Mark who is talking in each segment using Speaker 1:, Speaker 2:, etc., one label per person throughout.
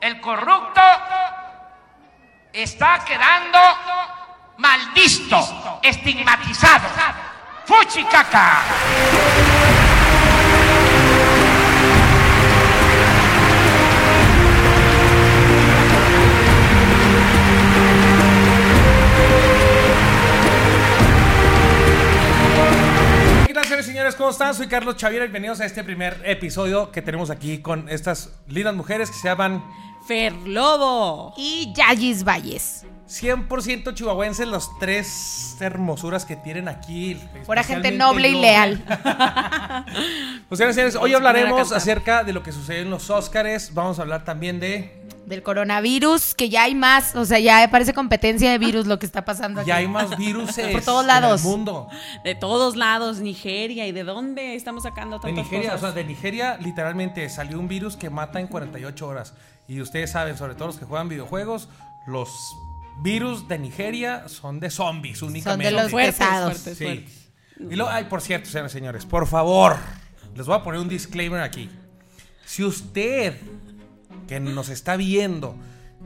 Speaker 1: El corrupto está quedando malvisto, estigmatizado. ¡Fuchicaca!
Speaker 2: ¿Qué tal, señores y señores? ¿Cómo están? Soy Carlos Xavier. Bienvenidos a este primer episodio que tenemos aquí con estas lindas mujeres que se llaman
Speaker 3: Fer Lobo.
Speaker 4: Y Yayis Valles.
Speaker 2: 100% chihuahuenses, las tres hermosuras que tienen aquí.
Speaker 4: Pura gente
Speaker 2: especialmente
Speaker 4: noble y
Speaker 2: yo.
Speaker 4: leal.
Speaker 2: Pues, señores, y señores, hoy
Speaker 3: Vamos a poner a
Speaker 2: hablaremos
Speaker 3: cantar.
Speaker 2: acerca de lo que sucedió en los Óscares. Vamos a hablar también de...
Speaker 4: Del coronavirus, que ya hay más. O sea, ya parece competencia de virus lo que está pasando aquí.
Speaker 2: Ya hay más virus
Speaker 4: Por todos lados.
Speaker 2: en el mundo.
Speaker 3: De todos lados, Nigeria. ¿Y de dónde estamos sacando
Speaker 2: De
Speaker 3: tantas
Speaker 2: Nigeria, o
Speaker 3: cosas?
Speaker 2: sea, de Nigeria literalmente salió un virus que mata en 48 horas. Y ustedes saben, sobre todo los que juegan videojuegos, los virus de Nigeria son de zombies únicamente.
Speaker 4: los
Speaker 3: fuertes,
Speaker 4: pesados.
Speaker 3: fuertes,
Speaker 2: Sí.
Speaker 3: fuertes.
Speaker 2: Y luego, ay, por cierto, señores, señores, por favor, les voy a poner un disclaimer aquí. Si usted que nos está viendo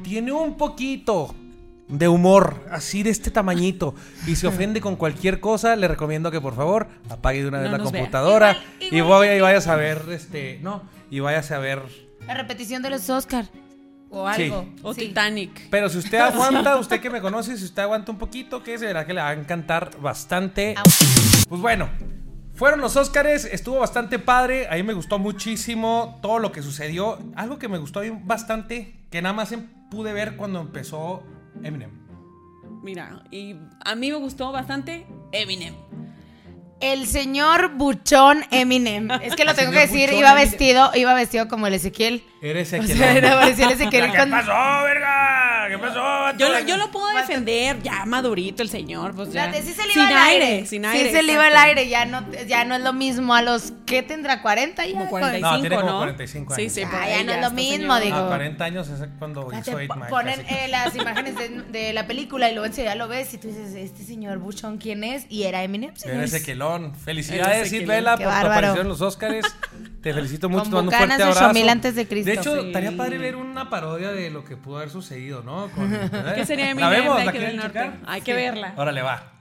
Speaker 2: tiene un poquito de humor así de este tamañito y se ofende con cualquier cosa, le recomiendo que por favor apague de una
Speaker 3: No
Speaker 2: vez la
Speaker 3: nos vea.
Speaker 2: computadora
Speaker 3: Igual- igual
Speaker 2: y, vaya, y vayas a ver este, no, y vayas a ver.
Speaker 4: La repetición de los Oscar. O algo.
Speaker 2: Sí.
Speaker 3: O
Speaker 4: Sí.
Speaker 3: Titanic.
Speaker 2: Pero si usted aguanta, usted que me conoce, si usted aguanta un poquito, que se verá que le va a encantar bastante.
Speaker 4: Ah,
Speaker 2: Pues bueno, fueron los Óscares, estuvo bastante padre, a mí me gustó muchísimo todo lo que sucedió. Algo que me gustó bien bastante, que nada más em- pude ver cuando empezó Eminem.
Speaker 3: Mira, y a mí me gustó bastante Eminem.
Speaker 4: El señor Buchón Eminem. Es que lo
Speaker 2: El
Speaker 4: tengo que
Speaker 2: señor
Speaker 4: decir,
Speaker 2: Buchón
Speaker 4: iba
Speaker 2: Eminem.
Speaker 4: vestido, iba vestido como el Ezequiel.
Speaker 2: Eres
Speaker 4: O
Speaker 2: el que
Speaker 4: sea,
Speaker 2: la-
Speaker 4: era parecía el Ezequiel
Speaker 2: ¿Qué
Speaker 4: con-
Speaker 2: pasó, verga? ¿Qué pasó? vato?
Speaker 3: Yo, lo- yo lo puedo defender, ya madurito el señor, pues ya.
Speaker 4: La de sí se le
Speaker 3: sin
Speaker 4: iba al aire.
Speaker 3: sin aire.
Speaker 4: Sí se le iba al
Speaker 3: exacto.
Speaker 4: aire, ya no, ya no es lo mismo a los que tendrá 40 ya.
Speaker 3: Como
Speaker 2: No,
Speaker 3: 45,
Speaker 2: tiene
Speaker 3: ¿no?
Speaker 2: como 45 años.
Speaker 3: Sí, sí,
Speaker 4: Ya,
Speaker 3: por ahí
Speaker 4: Ah, ya no es lo
Speaker 3: está,
Speaker 4: mismo,
Speaker 3: señor.
Speaker 4: digo.
Speaker 2: A 40 años es cuando
Speaker 4: Te
Speaker 2: hizo Eight
Speaker 4: po-
Speaker 2: Mile,
Speaker 4: ponen
Speaker 2: casi.
Speaker 4: eh, las imágenes de, de la película y luego enseguida lo ves y tú dices, este señor Buchón, ¿quién es? Y era Eminem, señor.
Speaker 2: Eres Ezequielón. Felicidades,
Speaker 3: Eres
Speaker 2: Sid
Speaker 3: Ezequielón.
Speaker 2: Vela,
Speaker 4: Qué
Speaker 2: por tu
Speaker 4: bárbaro.
Speaker 2: aparición en los Óscares. Te felicito mucho.
Speaker 4: Con
Speaker 2: te mando un fuerte
Speaker 4: Bucanas de
Speaker 2: abrazo.
Speaker 4: Chomil antes de Cristo.
Speaker 2: De hecho,
Speaker 3: Sí.
Speaker 2: estaría padre ver una parodia de lo que pudo haber sucedido, ¿no? Con- ¿Eh?
Speaker 3: ¿Qué sería
Speaker 2: ¿La
Speaker 3: Eminem?
Speaker 2: vemos?
Speaker 3: Hay
Speaker 2: ¿La
Speaker 3: que ver el
Speaker 2: quieren
Speaker 3: norte.
Speaker 2: checar?
Speaker 3: Hay que verla.
Speaker 2: Órale, va.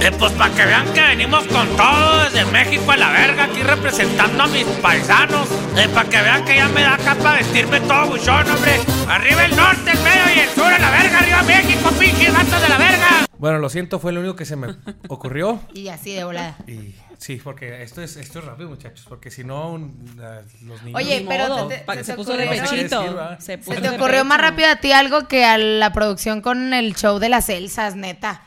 Speaker 5: Eh, pues para que vean que venimos con todo desde México a la verga, aquí representando a mis paisanos. Eh, para que vean que ya me da acá para vestirme todo buchón, hombre. Arriba el norte, el medio y el sur a la verga, arriba México, pinches gatos de la verga.
Speaker 2: Bueno, lo siento, fue lo único que se me ocurrió.
Speaker 4: Y así de volada.
Speaker 2: Y sí, porque esto es, esto es rápido, muchachos, porque si no, un- la- los niños...
Speaker 4: Oye,
Speaker 3: Ni
Speaker 4: pero
Speaker 3: modo,
Speaker 4: te- te-
Speaker 3: pa-
Speaker 4: se
Speaker 3: se
Speaker 4: te
Speaker 3: puso
Speaker 4: ocurrió-
Speaker 2: No sé qué decir,
Speaker 3: repechito.
Speaker 2: ¿verdad?
Speaker 3: Se,
Speaker 4: Se
Speaker 3: puso
Speaker 4: te ocurrió más
Speaker 3: repecho.
Speaker 4: rápido a ti algo que a la producción con el show de las Elsas, neta.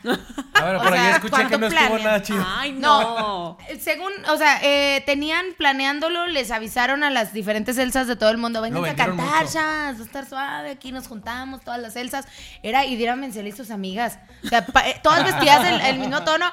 Speaker 2: A ver,
Speaker 4: o
Speaker 2: por ahí
Speaker 4: sea,
Speaker 2: escuché que
Speaker 4: ¿cuánto
Speaker 2: no estuvo
Speaker 4: planean?
Speaker 2: nada chido.
Speaker 3: Ay, no.
Speaker 4: No. Según, o sea, eh, tenían planeándolo, les avisaron a las diferentes elsas de todo el mundo, vengan a
Speaker 2: vendieron
Speaker 4: cantar,
Speaker 2: mucho.
Speaker 4: chas, va a estar suave, aquí nos juntamos, todas las elsas. Era Idira Menzel y sus amigas. O sea, pa- eh, todas vestidas el, el mismo tono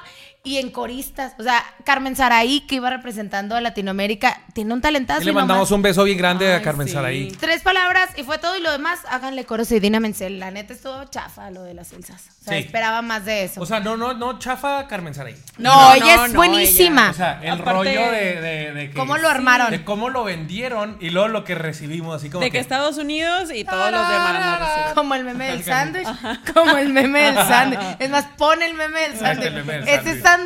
Speaker 4: y en coristas. O sea, Carmen Saraí, que iba representando a Latinoamérica, tiene un talentazo.
Speaker 2: Y le
Speaker 4: y nomás-
Speaker 2: mandamos un beso bien grande a
Speaker 3: Ay,
Speaker 2: Carmen
Speaker 3: sí.
Speaker 2: Saraí.
Speaker 4: Tres palabras y fue todo y lo demás, háganle coros a Idina Menzel. La neta estuvo chafa lo de las elsas. O sea,
Speaker 2: Sí.
Speaker 4: esperaba más de eso.
Speaker 2: O sea, no, no, no, chafa a Carmen Saraí.
Speaker 4: no,
Speaker 3: no,
Speaker 4: ella
Speaker 3: no,
Speaker 4: es
Speaker 3: ella.
Speaker 4: buenísima.
Speaker 2: O sea, el
Speaker 3: Aparte-
Speaker 2: rollo de, de- de que-
Speaker 4: Ah, ¿Cómo lo armaron?
Speaker 2: De cómo lo vendieron y luego lo que recibimos, así como
Speaker 3: De que
Speaker 2: que...
Speaker 3: Estados Unidos y todos los demás.
Speaker 4: Como el meme del sándwich. Como el meme del sándwich. Es más, pon el meme del
Speaker 2: Saca el meme
Speaker 4: sándwich.
Speaker 2: del
Speaker 4: Ese sándwich.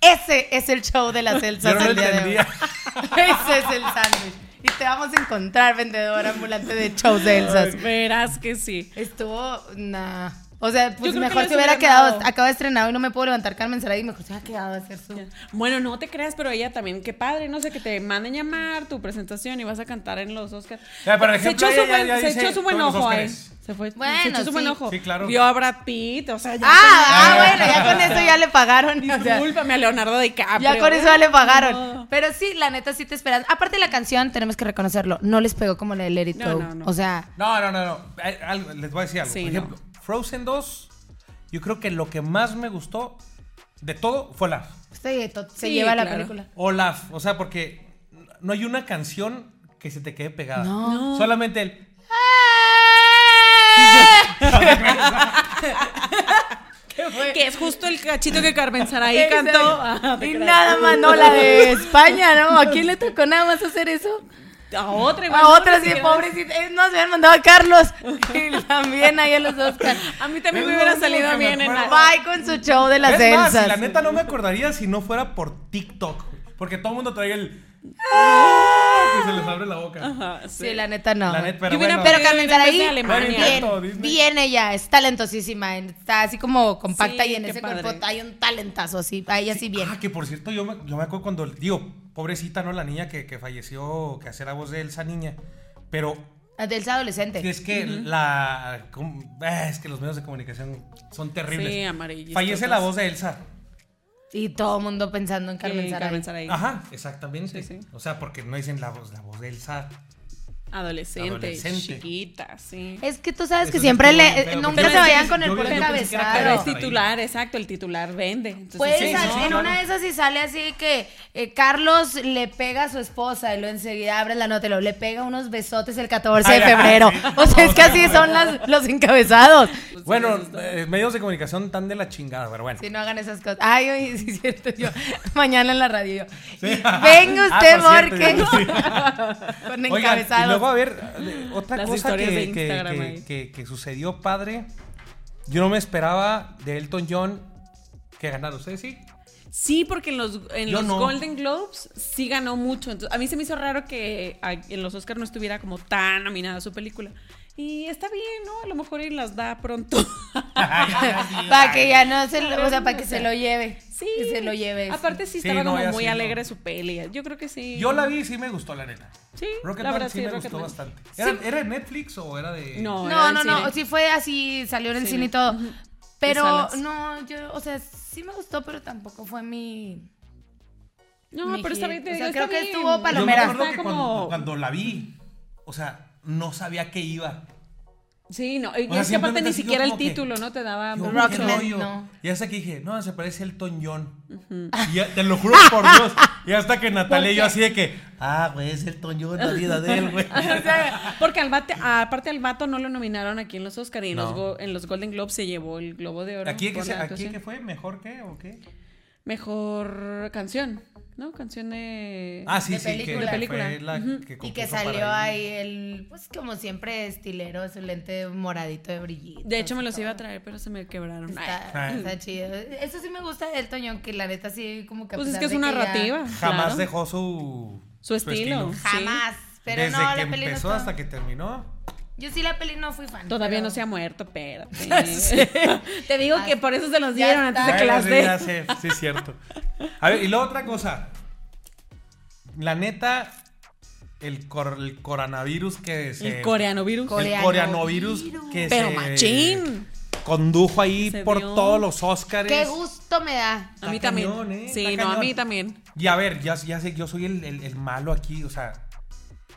Speaker 4: Ese es el show de las
Speaker 2: Yo
Speaker 4: Elsas
Speaker 2: no lo
Speaker 4: el día de hoy.
Speaker 2: entendía.
Speaker 4: Ese es el sándwich. Y te vamos a encontrar, vendedor ambulante de shows de Elsas.
Speaker 3: Verás que sí.
Speaker 4: Estuvo. Nah. O sea,
Speaker 3: Yo creo
Speaker 4: pues
Speaker 3: que
Speaker 4: mejor
Speaker 3: les
Speaker 4: se hubiera
Speaker 3: hubieran
Speaker 4: quedado.
Speaker 3: dado.
Speaker 4: Acabo de estrenar y no me puedo levantar Carmen Saray. Mejor se hubiera quedado a hacer su.
Speaker 3: Bueno, no te creas, pero ella también, qué padre, no sé, que te manden llamar tu presentación y vas a cantar en los Oscars.
Speaker 2: Ya, pero el
Speaker 3: se
Speaker 2: ejemplo
Speaker 3: echó su
Speaker 2: ella ya-
Speaker 3: buen,
Speaker 2: ya
Speaker 3: se
Speaker 2: dice
Speaker 3: echó su buen
Speaker 2: todos los
Speaker 3: ojo, eh.
Speaker 2: Óscares.
Speaker 3: Se fue, se
Speaker 4: Bueno,
Speaker 3: echó su buen
Speaker 4: sí.
Speaker 3: ojo.
Speaker 2: Sí, claro.
Speaker 3: Vio a Brad Pitt, o sea, ya.
Speaker 4: Ah, ah, bueno, ya con eso ya le pagaron. o sea.
Speaker 3: Discúlpame a Leonardo DiCaprio.
Speaker 4: Ya con eso ya le
Speaker 3: No.
Speaker 4: pagaron. Pero sí, la neta sí te esperan. Aparte la canción, tenemos que reconocerlo, no les pegó como la de Let It
Speaker 3: No,
Speaker 4: Go.
Speaker 3: no, no.
Speaker 4: O sea,
Speaker 2: No, no, no, no. Eh, algo- les voy a decir algo.
Speaker 3: Sí,
Speaker 2: Por
Speaker 3: no.
Speaker 2: ejemplo, Frozen 2, yo creo que lo que más me gustó de todo fue Olaf.
Speaker 4: pues, se, to- se
Speaker 3: Sí,
Speaker 4: lleva la
Speaker 3: claro.
Speaker 4: película.
Speaker 2: Olaf, o sea, porque no hay una canción que se te quede pegada.
Speaker 4: No.
Speaker 2: Solamente el.
Speaker 3: Que es justo el cachito que Carmen Saray
Speaker 4: Exacto.
Speaker 3: cantó. Ah, te
Speaker 4: Y
Speaker 3: creas.
Speaker 4: nada más, no, la de España, ¿no? ¿A quién le tocó nada más hacer eso?
Speaker 3: a otra igual.
Speaker 4: A otra, sí,
Speaker 3: pobrecita.
Speaker 4: pobrecita. Eh, Nos habían mandado a Carlos. Y también ahí a los Oscar.
Speaker 3: A mí también
Speaker 2: Es
Speaker 3: me
Speaker 2: lo único
Speaker 3: hubiera
Speaker 2: que
Speaker 3: salido
Speaker 2: me
Speaker 3: bien en
Speaker 2: acuerdo.
Speaker 3: la-
Speaker 4: Bye con su show de las
Speaker 2: Es más,
Speaker 4: Elsas.
Speaker 2: y la neta no me acordaría si no fuera por TikTok. Porque todo el mundo trae el. Que se les abre la boca.
Speaker 3: Ajá, sí.
Speaker 4: Sí, la neta no.
Speaker 2: La neta, pero
Speaker 3: Yo hubiera
Speaker 2: bueno.
Speaker 4: Pero
Speaker 3: Sí,
Speaker 4: Carmen
Speaker 3: en vez de
Speaker 4: Saraí,
Speaker 3: Alemania.
Speaker 4: bien,
Speaker 2: Intento, Disney.
Speaker 4: bien ella, es talentosísima, está así como compacta
Speaker 3: Sí,
Speaker 4: y en
Speaker 3: qué
Speaker 4: ese
Speaker 3: padre.
Speaker 4: cuerpo hay un talentazo así, a ella sí bien.
Speaker 2: Ah, que por cierto, yo me, yo me acuerdo cuando. Digo, pobrecita, ¿no? La niña que, que falleció, que hacía la voz de Elsa niña. Pero
Speaker 4: Ah, Del adolescente.
Speaker 2: es que la. com- ah, es que los medios de comunicación son terribles.
Speaker 3: Sí, amarillistas.
Speaker 2: Fallece la voz de Elsa.
Speaker 4: Y todo el mundo pensando en Carmen
Speaker 3: Sí,
Speaker 4: Saray.
Speaker 3: Carmen Saray.
Speaker 2: Ajá, exactamente.
Speaker 3: Sí, sí.
Speaker 2: O sea, porque no dicen la voz, la voz de Elsa.
Speaker 3: Adolescente,
Speaker 2: Adolescente.
Speaker 3: chiquita, sí.
Speaker 4: Es que tú sabes
Speaker 2: Eso
Speaker 4: que
Speaker 2: sí
Speaker 4: siempre
Speaker 2: estuvo
Speaker 4: le,
Speaker 2: bien feo,
Speaker 4: nunca
Speaker 2: porque
Speaker 4: se
Speaker 3: yo
Speaker 4: vayan
Speaker 3: pensé-
Speaker 4: con el
Speaker 2: yo
Speaker 4: puro
Speaker 2: pensé que era
Speaker 3: Pero
Speaker 2: Claro.
Speaker 4: encabezado.
Speaker 3: es titular, exacto, el titular vende. Entonces,
Speaker 4: Puede
Speaker 3: sí,
Speaker 4: sal-
Speaker 2: sí,
Speaker 4: en
Speaker 2: claro.
Speaker 4: una de esas si sale así que eh, Carlos le pega a su esposa y luego enseguida abre la nota y luego le pega unos besotes el 14 de
Speaker 2: Ay, ay,
Speaker 4: febrero.
Speaker 2: sí.
Speaker 4: O sea, es que así son las- los encabezados.
Speaker 2: Bueno, eh, medios de comunicación tan de la chingada, pero bueno.
Speaker 4: Si no hagan esas cosas. Ay, oye, sí es cierto, yo mañana en la radio yo.
Speaker 2: Sí.
Speaker 4: y Venga
Speaker 2: Ah,
Speaker 4: usted,
Speaker 2: por
Speaker 4: porque
Speaker 2: cierto, sí.
Speaker 4: con
Speaker 2: Oigan, y
Speaker 4: encabezados.
Speaker 2: luego a ver, eh, otra
Speaker 3: Las
Speaker 2: cosa que,
Speaker 3: historias de
Speaker 2: que-
Speaker 3: Instagram
Speaker 2: que-
Speaker 3: ahí.
Speaker 2: que- que sucedió padre. Yo no me esperaba de Elton John que ganara. ¿Ustedes sí?
Speaker 3: Sí, porque en los, en
Speaker 2: Yo
Speaker 3: los
Speaker 2: no.
Speaker 3: Golden Globes sí ganó mucho. Entonces, a mí se me hizo raro que a- en los Oscars no estuviera como tan nominada su película. Y está bien, ¿no? A lo mejor y las da pronto.
Speaker 4: para que ya no se lo, o sea, para que se lo lleve.
Speaker 3: sí.
Speaker 4: Que se lo lleve.
Speaker 3: Aparte sí
Speaker 2: Sí,
Speaker 3: estaba
Speaker 2: no,
Speaker 3: como
Speaker 2: ya
Speaker 3: muy
Speaker 2: sí, no.
Speaker 3: alegre su peli. Yo creo que sí.
Speaker 2: Yo la vi y sí me gustó, la neta.
Speaker 3: Sí, la
Speaker 2: Rocketman
Speaker 3: verdad
Speaker 2: sí,
Speaker 3: sí,
Speaker 2: me gustó
Speaker 3: Rocketman.
Speaker 2: bastante.
Speaker 3: Sí.
Speaker 2: ¿Era, era de Netflix o era de.?
Speaker 3: No,
Speaker 4: No,
Speaker 3: era
Speaker 4: no,
Speaker 3: del
Speaker 4: no.
Speaker 3: cine.
Speaker 4: Sí fue así, salió en el
Speaker 3: Cine.
Speaker 4: cine y todo. Pero
Speaker 3: salas.
Speaker 4: no, yo, o sea, sí me gustó, pero tampoco fue mi.
Speaker 3: No,
Speaker 4: Mi
Speaker 3: pero está bien.
Speaker 4: hit.
Speaker 3: te
Speaker 4: O
Speaker 3: digo,
Speaker 4: sea,
Speaker 3: está
Speaker 4: creo que
Speaker 3: bien.
Speaker 4: estuvo
Speaker 2: Yo me
Speaker 4: palomera.
Speaker 2: acuerdo
Speaker 3: Está
Speaker 2: que
Speaker 3: como-
Speaker 2: cuando, cuando la vi, o sea, no sabía que iba.
Speaker 3: Sí, no. Y
Speaker 2: O sea,
Speaker 3: es que aparte
Speaker 2: simplemente
Speaker 3: ni
Speaker 2: así yo
Speaker 3: siquiera el
Speaker 2: como que-
Speaker 3: título, ¿no? Te daba...
Speaker 2: Yo,
Speaker 3: Rock-
Speaker 2: ¿qué
Speaker 4: Rocketman,
Speaker 2: rollo?
Speaker 4: no.
Speaker 2: Y hasta que dije, no, se parece Elton John. Y ya, te lo juro por Dios. Y hasta que Natalia y yo así de que, ah, güey, es Elton John, la vida de él, güey.
Speaker 3: Porque al bate, aparte al vato no lo nominaron aquí en los Oscar y en, los,
Speaker 2: No.
Speaker 3: go- en los Golden Globes se llevó el Globo de Oro.
Speaker 2: ¿Aquí, que
Speaker 3: por
Speaker 2: se- aquí
Speaker 3: la actuación.
Speaker 2: que fue? ¿Mejor qué o qué?
Speaker 3: Mejor canción, ¿no? Canción de...
Speaker 2: Ah, sí,
Speaker 4: De
Speaker 2: sí, que-
Speaker 4: película.
Speaker 2: que
Speaker 4: De
Speaker 3: película.
Speaker 2: fue la que
Speaker 4: Y que
Speaker 2: compuso para
Speaker 4: salió
Speaker 2: ella.
Speaker 4: ahí el, pues como siempre, estilero, su lente moradito de brillito.
Speaker 3: De hecho me los iba a traer, pero se me quebraron. Ay.
Speaker 4: Está,
Speaker 2: Ay.
Speaker 4: está chido. Eso sí me gusta del Toñón, que la neta sí, como que. a
Speaker 3: Pues es
Speaker 4: pesar
Speaker 3: que es
Speaker 4: de
Speaker 3: una
Speaker 4: ya-
Speaker 3: narrativa.
Speaker 2: Jamás
Speaker 3: claro.
Speaker 2: dejó su...
Speaker 3: Su estilo. Sí.
Speaker 4: Jamás. Pero
Speaker 2: Desde
Speaker 4: no,
Speaker 2: que
Speaker 4: la peli no
Speaker 2: empezó
Speaker 4: estaba-
Speaker 2: hasta que terminó.
Speaker 4: Yo sí la peli no fui fan.
Speaker 3: Todavía
Speaker 4: pero-
Speaker 3: no se ha muerto, espérate. Te digo que por eso se los
Speaker 4: Ya
Speaker 3: dieron antes de
Speaker 4: está.
Speaker 3: que
Speaker 2: Bueno,
Speaker 3: las
Speaker 2: sí,
Speaker 3: dé.
Speaker 2: ya sé, sí, es cierto. A ver, y luego otra cosa. La neta, el, cor- el coronavirus que se.
Speaker 3: El coreanovirus.
Speaker 2: El
Speaker 4: Coreanovirus.
Speaker 2: coreanovirus que
Speaker 3: Pero
Speaker 2: se
Speaker 3: machín.
Speaker 2: Condujo ahí
Speaker 3: Se
Speaker 2: por
Speaker 3: dio.
Speaker 2: todos los Óscares.
Speaker 4: Qué gusto me da.
Speaker 3: A mí
Speaker 2: Está
Speaker 3: también.
Speaker 2: cañón, ¿eh?
Speaker 3: Sí,
Speaker 2: Está
Speaker 3: no, a
Speaker 2: cañón.
Speaker 3: mí también.
Speaker 2: Y a ver, ya, ya sé, yo soy el, el- el malo aquí, o sea.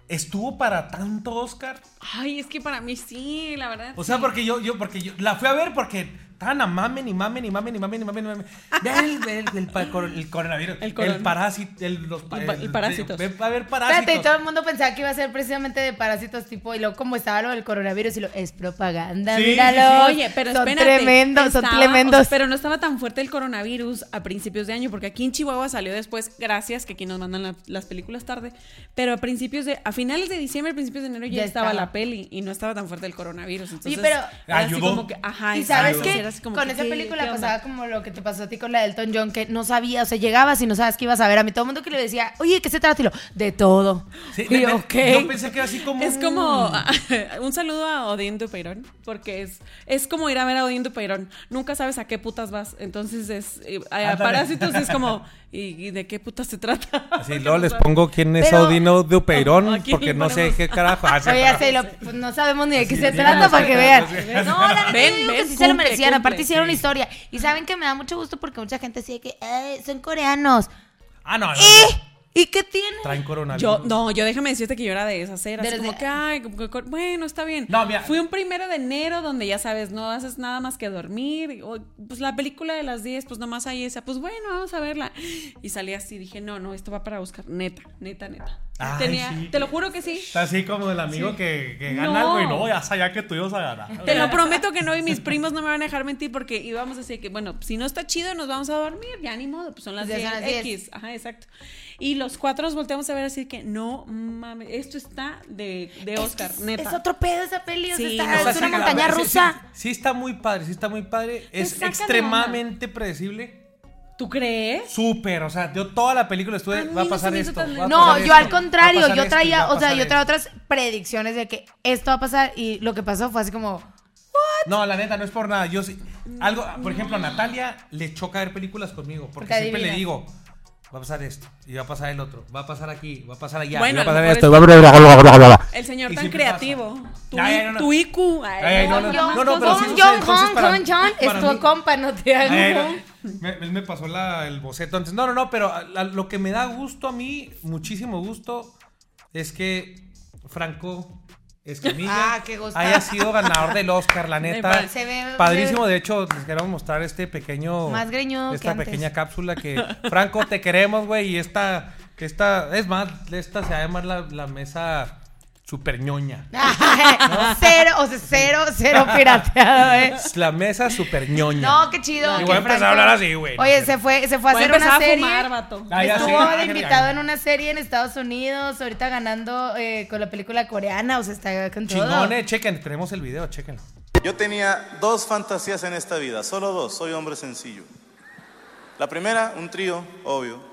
Speaker 2: ¿Estuvo para tanto Oscar?
Speaker 3: Ay, es que para mí sí, la verdad.
Speaker 2: O sea, porque yo, yo, porque yo la fui a ver porque estaban a mamen y mamen y mamen y mamen y mamen. y mamen. Ve el, ve el, el pa- cor- el coronavirus,
Speaker 3: El
Speaker 2: el,
Speaker 3: coron-
Speaker 2: parásito, el, los pa-
Speaker 3: El pa- el
Speaker 2: el-
Speaker 3: parásitos.
Speaker 2: ve- ve a ver parásitos.
Speaker 4: Espérate, y todo el mundo pensaba que iba a ser precisamente de parásitos tipo, y luego como estaba lo del coronavirus, y lo, es propaganda,
Speaker 2: Sí,
Speaker 4: míralo.
Speaker 3: Oye, pero
Speaker 4: son
Speaker 3: espérate.
Speaker 4: tremendos, son
Speaker 3: Estaba-
Speaker 4: tremendos.
Speaker 3: o sea, pero no estaba tan fuerte el coronavirus a principios de año, porque aquí en Chihuahua salió después, gracias que aquí nos mandan la- las películas tarde, pero a principios de, a finales de diciembre, principios de enero ya,
Speaker 4: Ya
Speaker 3: estaba,
Speaker 4: estaba.
Speaker 3: la peli y no estaba tan fuerte el coronavirus. Entonces,
Speaker 4: pero-
Speaker 3: era así
Speaker 2: Ayudó.
Speaker 3: como que, ajá,
Speaker 4: y sabes
Speaker 3: exacto,
Speaker 4: que
Speaker 3: era así como
Speaker 4: con
Speaker 3: que,
Speaker 4: esa
Speaker 3: ¿qué-
Speaker 4: película
Speaker 3: qué onda?
Speaker 4: pasaba como lo que te pasó a ti con la del Elton John, que no sabía, o sea, llegabas y no sabes qué ibas a ver. A mí todo el mundo que le decía, oye, ¿de ¿qué se trata? Y lo, de todo.
Speaker 2: Sí,
Speaker 4: y
Speaker 2: me-
Speaker 4: yo,
Speaker 2: me-
Speaker 4: ok.
Speaker 2: Yo pensé que era así como.
Speaker 3: Es
Speaker 2: un-
Speaker 3: como un saludo a Odín Dupeirón, porque es, es como ir a ver a Odín Dupeirón. Nunca sabes a qué putas vas. Entonces es eh, a,
Speaker 2: Ándale.
Speaker 3: Parásitos es como ¿y, y de qué putas se trata?
Speaker 2: Sí,
Speaker 3: Porque
Speaker 2: luego
Speaker 3: no
Speaker 2: les
Speaker 3: sabes.
Speaker 2: pongo quién es
Speaker 4: Pero-
Speaker 2: Odino de
Speaker 3: ¿A
Speaker 2: Peirón,
Speaker 3: quién le
Speaker 2: porque no sé
Speaker 3: ponemos?
Speaker 2: qué carajo Ah, hace.
Speaker 4: Oye,
Speaker 2: pero-
Speaker 4: ya sé, lo- pues, no sabemos ni de qué se
Speaker 2: sí,
Speaker 4: trata
Speaker 2: no,
Speaker 4: para
Speaker 2: sí,
Speaker 4: que
Speaker 2: no,
Speaker 4: vean.
Speaker 2: sí.
Speaker 4: No, la neta
Speaker 3: Ven,
Speaker 4: yo digo que
Speaker 3: ven,
Speaker 4: sí se lo
Speaker 3: cumple,
Speaker 4: merecían.
Speaker 3: cumple.
Speaker 4: Aparte hicieron una historia. Y saben que me da mucho gusto porque mucha gente sigue que "Ay, son coreanos.
Speaker 2: Ah, no, no, no.
Speaker 4: ¿Eh? ¿Y qué tiene?
Speaker 2: Traen coronavirus.
Speaker 3: Yo, no, yo déjame decirte que yo era de esas eras.
Speaker 4: De las
Speaker 3: como
Speaker 4: de-
Speaker 3: que, ay, como que, bueno, está bien.
Speaker 2: No, mira.
Speaker 3: Fui un primero de enero donde ya sabes, no haces nada más que dormir. o, pues la película de las 10, pues nomás hay esa. Pues bueno, vamos a verla. Y salí así, dije, no, no, esto va para Oscar. Neta, neta, neta.
Speaker 2: Ay,
Speaker 3: Tenía,
Speaker 2: sí.
Speaker 3: Te lo juro que sí.
Speaker 2: Está así como el amigo que, que gana
Speaker 3: No.
Speaker 2: algo y no, ya sabía que tú ibas a ganar.
Speaker 3: Te lo prometo que no, y mis primos no me van a dejar mentir porque íbamos así de que, bueno, si no está chido, nos vamos a dormir, ya ni modo, pues son las
Speaker 4: Ya
Speaker 3: 10
Speaker 4: son las 10.
Speaker 3: X. Ajá, exacto. Y los cuatro nos volteamos a ver así de que, no mames, esto está de, de Oscar,
Speaker 4: Es, que es-
Speaker 3: neta.
Speaker 4: es otro pedo esa peli, o sea,
Speaker 3: Sí,
Speaker 4: está-
Speaker 3: no,
Speaker 4: es
Speaker 3: está
Speaker 4: una
Speaker 3: sacada.
Speaker 4: montaña
Speaker 2: Sí, sí,
Speaker 4: rusa.
Speaker 2: Sí, sí está muy padre, sí está muy padre. Es
Speaker 3: saca de
Speaker 2: extremadamente predecible.
Speaker 3: ¿Tú crees?
Speaker 2: Súper, o sea, yo toda la película
Speaker 3: A
Speaker 2: estuve,
Speaker 3: mí
Speaker 2: va a
Speaker 3: no
Speaker 2: pasar
Speaker 3: se me hizo
Speaker 2: esto.
Speaker 3: tan
Speaker 2: va a
Speaker 3: lento.
Speaker 2: pasar
Speaker 4: No,
Speaker 3: pasar
Speaker 4: yo
Speaker 2: esto,
Speaker 4: al
Speaker 2: va a
Speaker 4: contrario,
Speaker 2: pasar
Speaker 4: yo
Speaker 2: esto,
Speaker 4: traía,
Speaker 2: va a
Speaker 4: o sea,
Speaker 2: pasar
Speaker 4: yo traía
Speaker 2: esto.
Speaker 4: otras predicciones de que esto va a pasar y lo que pasó fue así como,
Speaker 2: No, la neta, no es por nada. Yo sí- algo, por ejemplo, a Natalia le choca ver películas conmigo, porque
Speaker 4: Mm. Porque
Speaker 2: siempre
Speaker 4: adivina.
Speaker 2: le digo, va a pasar esto, y va a pasar el otro, va a pasar aquí, va a pasar allá,
Speaker 3: Bueno,
Speaker 2: y va a
Speaker 3: a lo
Speaker 2: pasar
Speaker 3: mejor
Speaker 2: esto.
Speaker 3: es-
Speaker 2: y va a bla, bla, bla, bla, bla, bla.
Speaker 3: El señor
Speaker 2: Y
Speaker 3: tan
Speaker 2: siempre
Speaker 3: creativo.
Speaker 2: pasa.
Speaker 3: Tu,
Speaker 2: Ya, ya,
Speaker 3: i-
Speaker 2: no, no.
Speaker 3: tu IQ.
Speaker 2: Ay, no, no,
Speaker 4: Don
Speaker 2: no,
Speaker 4: "Oh, John,
Speaker 2: no, pero sí
Speaker 4: Don
Speaker 2: sucede,
Speaker 4: John
Speaker 2: entonces,
Speaker 4: Hong,
Speaker 2: para-
Speaker 4: Don John,
Speaker 2: para
Speaker 4: es tu
Speaker 2: mí-
Speaker 4: compa, no te hagas.
Speaker 2: Ay, no, me, él me pasó la- el boceto antes. No, no, no, pero a- a- lo que me da gusto a mí, muchísimo gusto, es que Franco Escamilla
Speaker 4: Ah, qué gustazo.
Speaker 2: haya sido ganador del Oscar, la neta.
Speaker 4: Se ve-
Speaker 2: Padrísimo, de hecho, les queremos mostrar este pequeño.
Speaker 4: Más greñudo que
Speaker 2: Esta
Speaker 4: antes.
Speaker 2: pequeña cápsula que. Franco, te queremos, güey, y esta. esta es más, esta se llama la, la mesa super ñoña.
Speaker 4: cero, o sea, cero, cero pirateado, eh.
Speaker 2: La mesa super ñoña.
Speaker 4: No, qué
Speaker 2: Y
Speaker 4: chido. que
Speaker 2: voy a empezar a
Speaker 4: Franco-
Speaker 2: hablar así, güey.
Speaker 4: Oye, se fue, se fue a
Speaker 3: Voy a
Speaker 4: hacer una
Speaker 3: empezar a
Speaker 4: serie.
Speaker 3: fumar, vato.
Speaker 2: Ah, ya sé.
Speaker 4: Estuvo
Speaker 2: Ah,
Speaker 4: de
Speaker 2: qué
Speaker 4: invitado
Speaker 2: regaño.
Speaker 4: en una serie en Estados Unidos, ahorita ganando eh, con la película coreana, o sea, está con todo.
Speaker 2: Chingones, eh, chequen, tenemos el video, chequenlo.
Speaker 6: Yo tenía dos fantasías en esta vida, solo dos, soy hombre sencillo. La primera, un trío, obvio.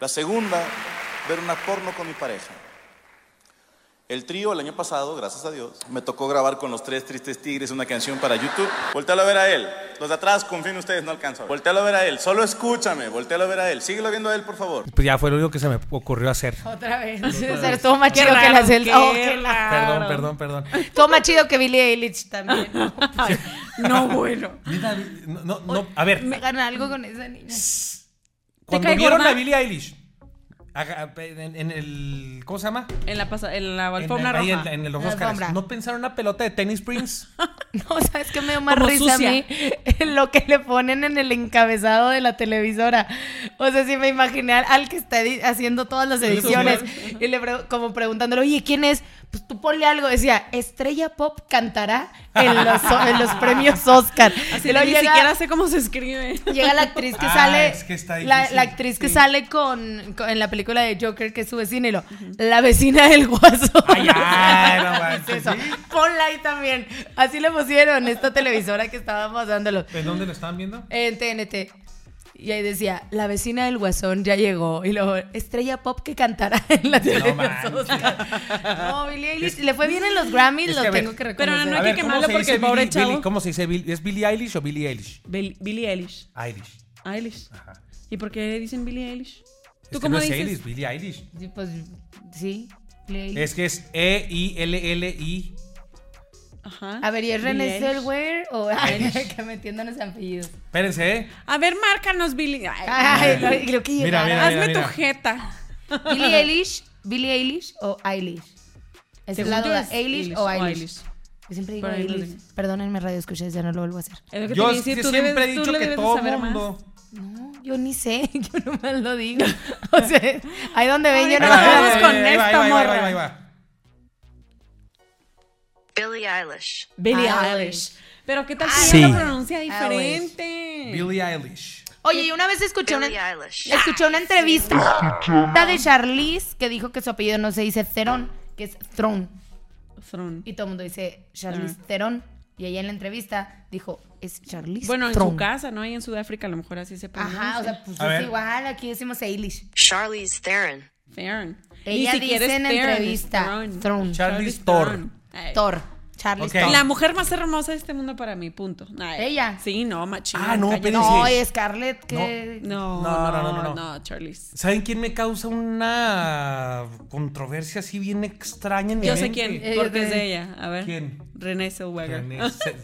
Speaker 6: La segunda, ver una porno con mi pareja. El trío el año pasado, gracias a Dios, me tocó grabar con los tres tristes tigres una canción para YouTube. Voltealo a ver a él. Los de atrás, confíen ustedes, no alcanzan. Voltealo a ver a él, solo escúchame, voltealo a ver a él. Síguelo viendo a él, por favor.
Speaker 2: Pues ya fue lo único que se me ocurrió hacer.
Speaker 4: Otra vez.
Speaker 2: eh.
Speaker 4: O sea, estuvo más chido que la
Speaker 3: raro,
Speaker 4: celda.
Speaker 3: qué
Speaker 4: Oh, qué la-
Speaker 3: raro.
Speaker 2: Perdón, perdón, perdón.
Speaker 4: Estuvo más chido que Billie Eilish también.
Speaker 3: Ay, no, bueno.
Speaker 2: Mira, no, no, no, a ver,
Speaker 4: Me gana algo con esa niña.
Speaker 2: cuando
Speaker 3: cae
Speaker 2: vieron
Speaker 3: gorda?
Speaker 2: a Billie Eilish haga- en, en el ¿cómo se llama?
Speaker 3: En la, pasa- en la
Speaker 2: En,
Speaker 3: alfombra
Speaker 2: el- ahí
Speaker 3: roja.
Speaker 2: en- en los
Speaker 4: La
Speaker 2: Oscars.
Speaker 4: alfombra.
Speaker 2: ¿No pensaron una pelota de tenis Prince?
Speaker 4: No, ¿sabes qué me dio más
Speaker 3: Como
Speaker 4: risa
Speaker 3: sucia.
Speaker 4: a mí? Lo que le ponen en el encabezado de la televisora. O sea, si me imaginé al, al que está edi- haciendo todas las ediciones y le pre- como preguntándole, oye, ¿quién es? Pues tú ponle algo. Decía, Estrella Pop cantará en los, o- en los premios Oscar.
Speaker 3: Así
Speaker 4: Y
Speaker 3: de,
Speaker 4: luego
Speaker 3: ni
Speaker 4: llega-
Speaker 3: siquiera sé cómo se escribe.
Speaker 4: Llega la actriz que
Speaker 2: Ah,
Speaker 4: sale.
Speaker 2: es que está
Speaker 4: la,
Speaker 2: difícil,
Speaker 4: la actriz que
Speaker 2: sí.
Speaker 4: sale con, con- en la película de Joker, que es su vecina, y lo. La vecina del guaso.
Speaker 2: Ay, ay, no manches,
Speaker 4: eso.
Speaker 2: ¿sí?
Speaker 4: Ponla ahí también. Así le pusieron esta televisora que estábamos dándolo.
Speaker 2: ¿En dónde lo estaban viendo?
Speaker 4: En TNT. Y ahí decía, la vecina del guasón ya llegó. Y luego, estrella pop que cantará en la televisora.
Speaker 2: manches.
Speaker 4: No, Billie Eilish. Le fue bien en los Grammys,
Speaker 2: es
Speaker 4: lo
Speaker 2: que a ver,
Speaker 4: tengo que
Speaker 3: pero
Speaker 4: reconocer.
Speaker 3: no hay que quemarlo
Speaker 2: se
Speaker 3: porque
Speaker 2: dice
Speaker 3: el pobre
Speaker 2: Billie-
Speaker 3: chavo-
Speaker 2: Billie- ¿Cómo se dice? Bill- ¿Es Billie Eilish o Billie Eilish?
Speaker 3: Bill- Billie Eilish.
Speaker 2: Eilish.
Speaker 3: Eilish.
Speaker 2: Ajá.
Speaker 3: ¿Y por qué le dicen Billie Eilish?
Speaker 2: Es
Speaker 3: ¿Tú
Speaker 2: que
Speaker 3: cómo
Speaker 2: no es
Speaker 3: dices?
Speaker 2: Eilish, Billie Eilish.
Speaker 4: Sí, Pues sí. Billie Eilish.
Speaker 2: Es que es E E-I-L-L-I.
Speaker 3: Ajá.
Speaker 4: A ver, ¿y es René
Speaker 3: Billie Eilish.
Speaker 4: Zellweger o que metiendo los apellidos?
Speaker 2: Espérense, ¿eh?
Speaker 3: A ver, márcanos, Billie. Ay,
Speaker 4: Ay, lo- lo que
Speaker 2: Mira,
Speaker 4: llegara.
Speaker 2: mira, mira.
Speaker 3: hazme tu jeta.
Speaker 4: Billie Eilish, Billie Eilish o Eilish. Esa Es
Speaker 3: Según
Speaker 4: la
Speaker 3: yo
Speaker 4: duda,
Speaker 3: es
Speaker 4: Eilish o Eilish. Yo siempre digo
Speaker 3: Por ahí lo
Speaker 4: Eilish.
Speaker 3: tengo.
Speaker 4: Perdónenme, radio escuchas, ya no lo vuelvo a hacer.
Speaker 3: Es lo que te
Speaker 2: Yo
Speaker 3: iba a decir,
Speaker 2: sí
Speaker 3: tú
Speaker 2: siempre
Speaker 3: debes-
Speaker 2: he
Speaker 3: tú
Speaker 2: dicho
Speaker 3: le
Speaker 2: que
Speaker 3: debes de
Speaker 2: todo
Speaker 3: saber más.
Speaker 2: mundo.
Speaker 4: No, yo ni sé, yo nomás lo digo. O sea, ahí donde ven, yo
Speaker 3: Ahorita
Speaker 4: no
Speaker 2: Ahí va,
Speaker 4: lo
Speaker 2: ahí va,
Speaker 3: vamos
Speaker 4: hago.
Speaker 3: con
Speaker 2: ahí va, ahí va,
Speaker 3: esta
Speaker 2: ahí va, ahí va,
Speaker 3: morra.
Speaker 2: ahí va.
Speaker 7: Billie Eilish.
Speaker 3: Billie
Speaker 4: Eilish.
Speaker 3: Eilish. Pero qué tal si
Speaker 2: Sí.
Speaker 3: ella lo pronuncia diferente.
Speaker 2: Billie Eilish.
Speaker 4: Oye, yo una vez escuché una,
Speaker 7: Billie Eilish.
Speaker 4: escuché una entrevista de Charlize que dijo que su apellido no se dice Theron, que es Throne.
Speaker 3: Throne.
Speaker 4: Y todo el mundo dice Charlize Theron. Y ella en la entrevista dijo, es Charlize
Speaker 3: Bueno, en
Speaker 4: Theron.
Speaker 3: su casa, ¿no? Ahí en Sudáfrica a lo mejor así se pronuncia.
Speaker 4: Ajá, o sea, pues
Speaker 2: A
Speaker 4: es
Speaker 2: ver.
Speaker 4: igual, aquí decimos Eilish.
Speaker 7: Charlize Theron.
Speaker 3: Theron.
Speaker 4: Ella
Speaker 3: Ni siquiera
Speaker 4: dice
Speaker 3: es
Speaker 4: en
Speaker 3: Theron, es
Speaker 4: entrevista
Speaker 3: Throne.
Speaker 4: Throne.
Speaker 2: Charlize
Speaker 3: Theron. Ay.
Speaker 4: Thor. Charlize
Speaker 2: Ok.
Speaker 4: Thor.
Speaker 3: La mujer más hermosa de este mundo para mí, punto. Ay.
Speaker 4: ¿Ella?
Speaker 3: Sí, no, machina.
Speaker 2: Ah, no,
Speaker 3: cállate.
Speaker 2: pero-
Speaker 4: No, y Scarlett que...
Speaker 3: No,
Speaker 2: No,
Speaker 3: no,
Speaker 2: no, no,
Speaker 3: no,
Speaker 2: no, no.
Speaker 3: no, Charlize.
Speaker 2: ¿Saben quién me causa una controversia así bien extraña en mi
Speaker 3: Yo sé
Speaker 2: mente?
Speaker 3: quién,
Speaker 4: Eh,
Speaker 3: porque es
Speaker 4: de-
Speaker 3: de ella. A ver.
Speaker 2: ¿Quién?
Speaker 3: René Zellweger.
Speaker 2: René Se-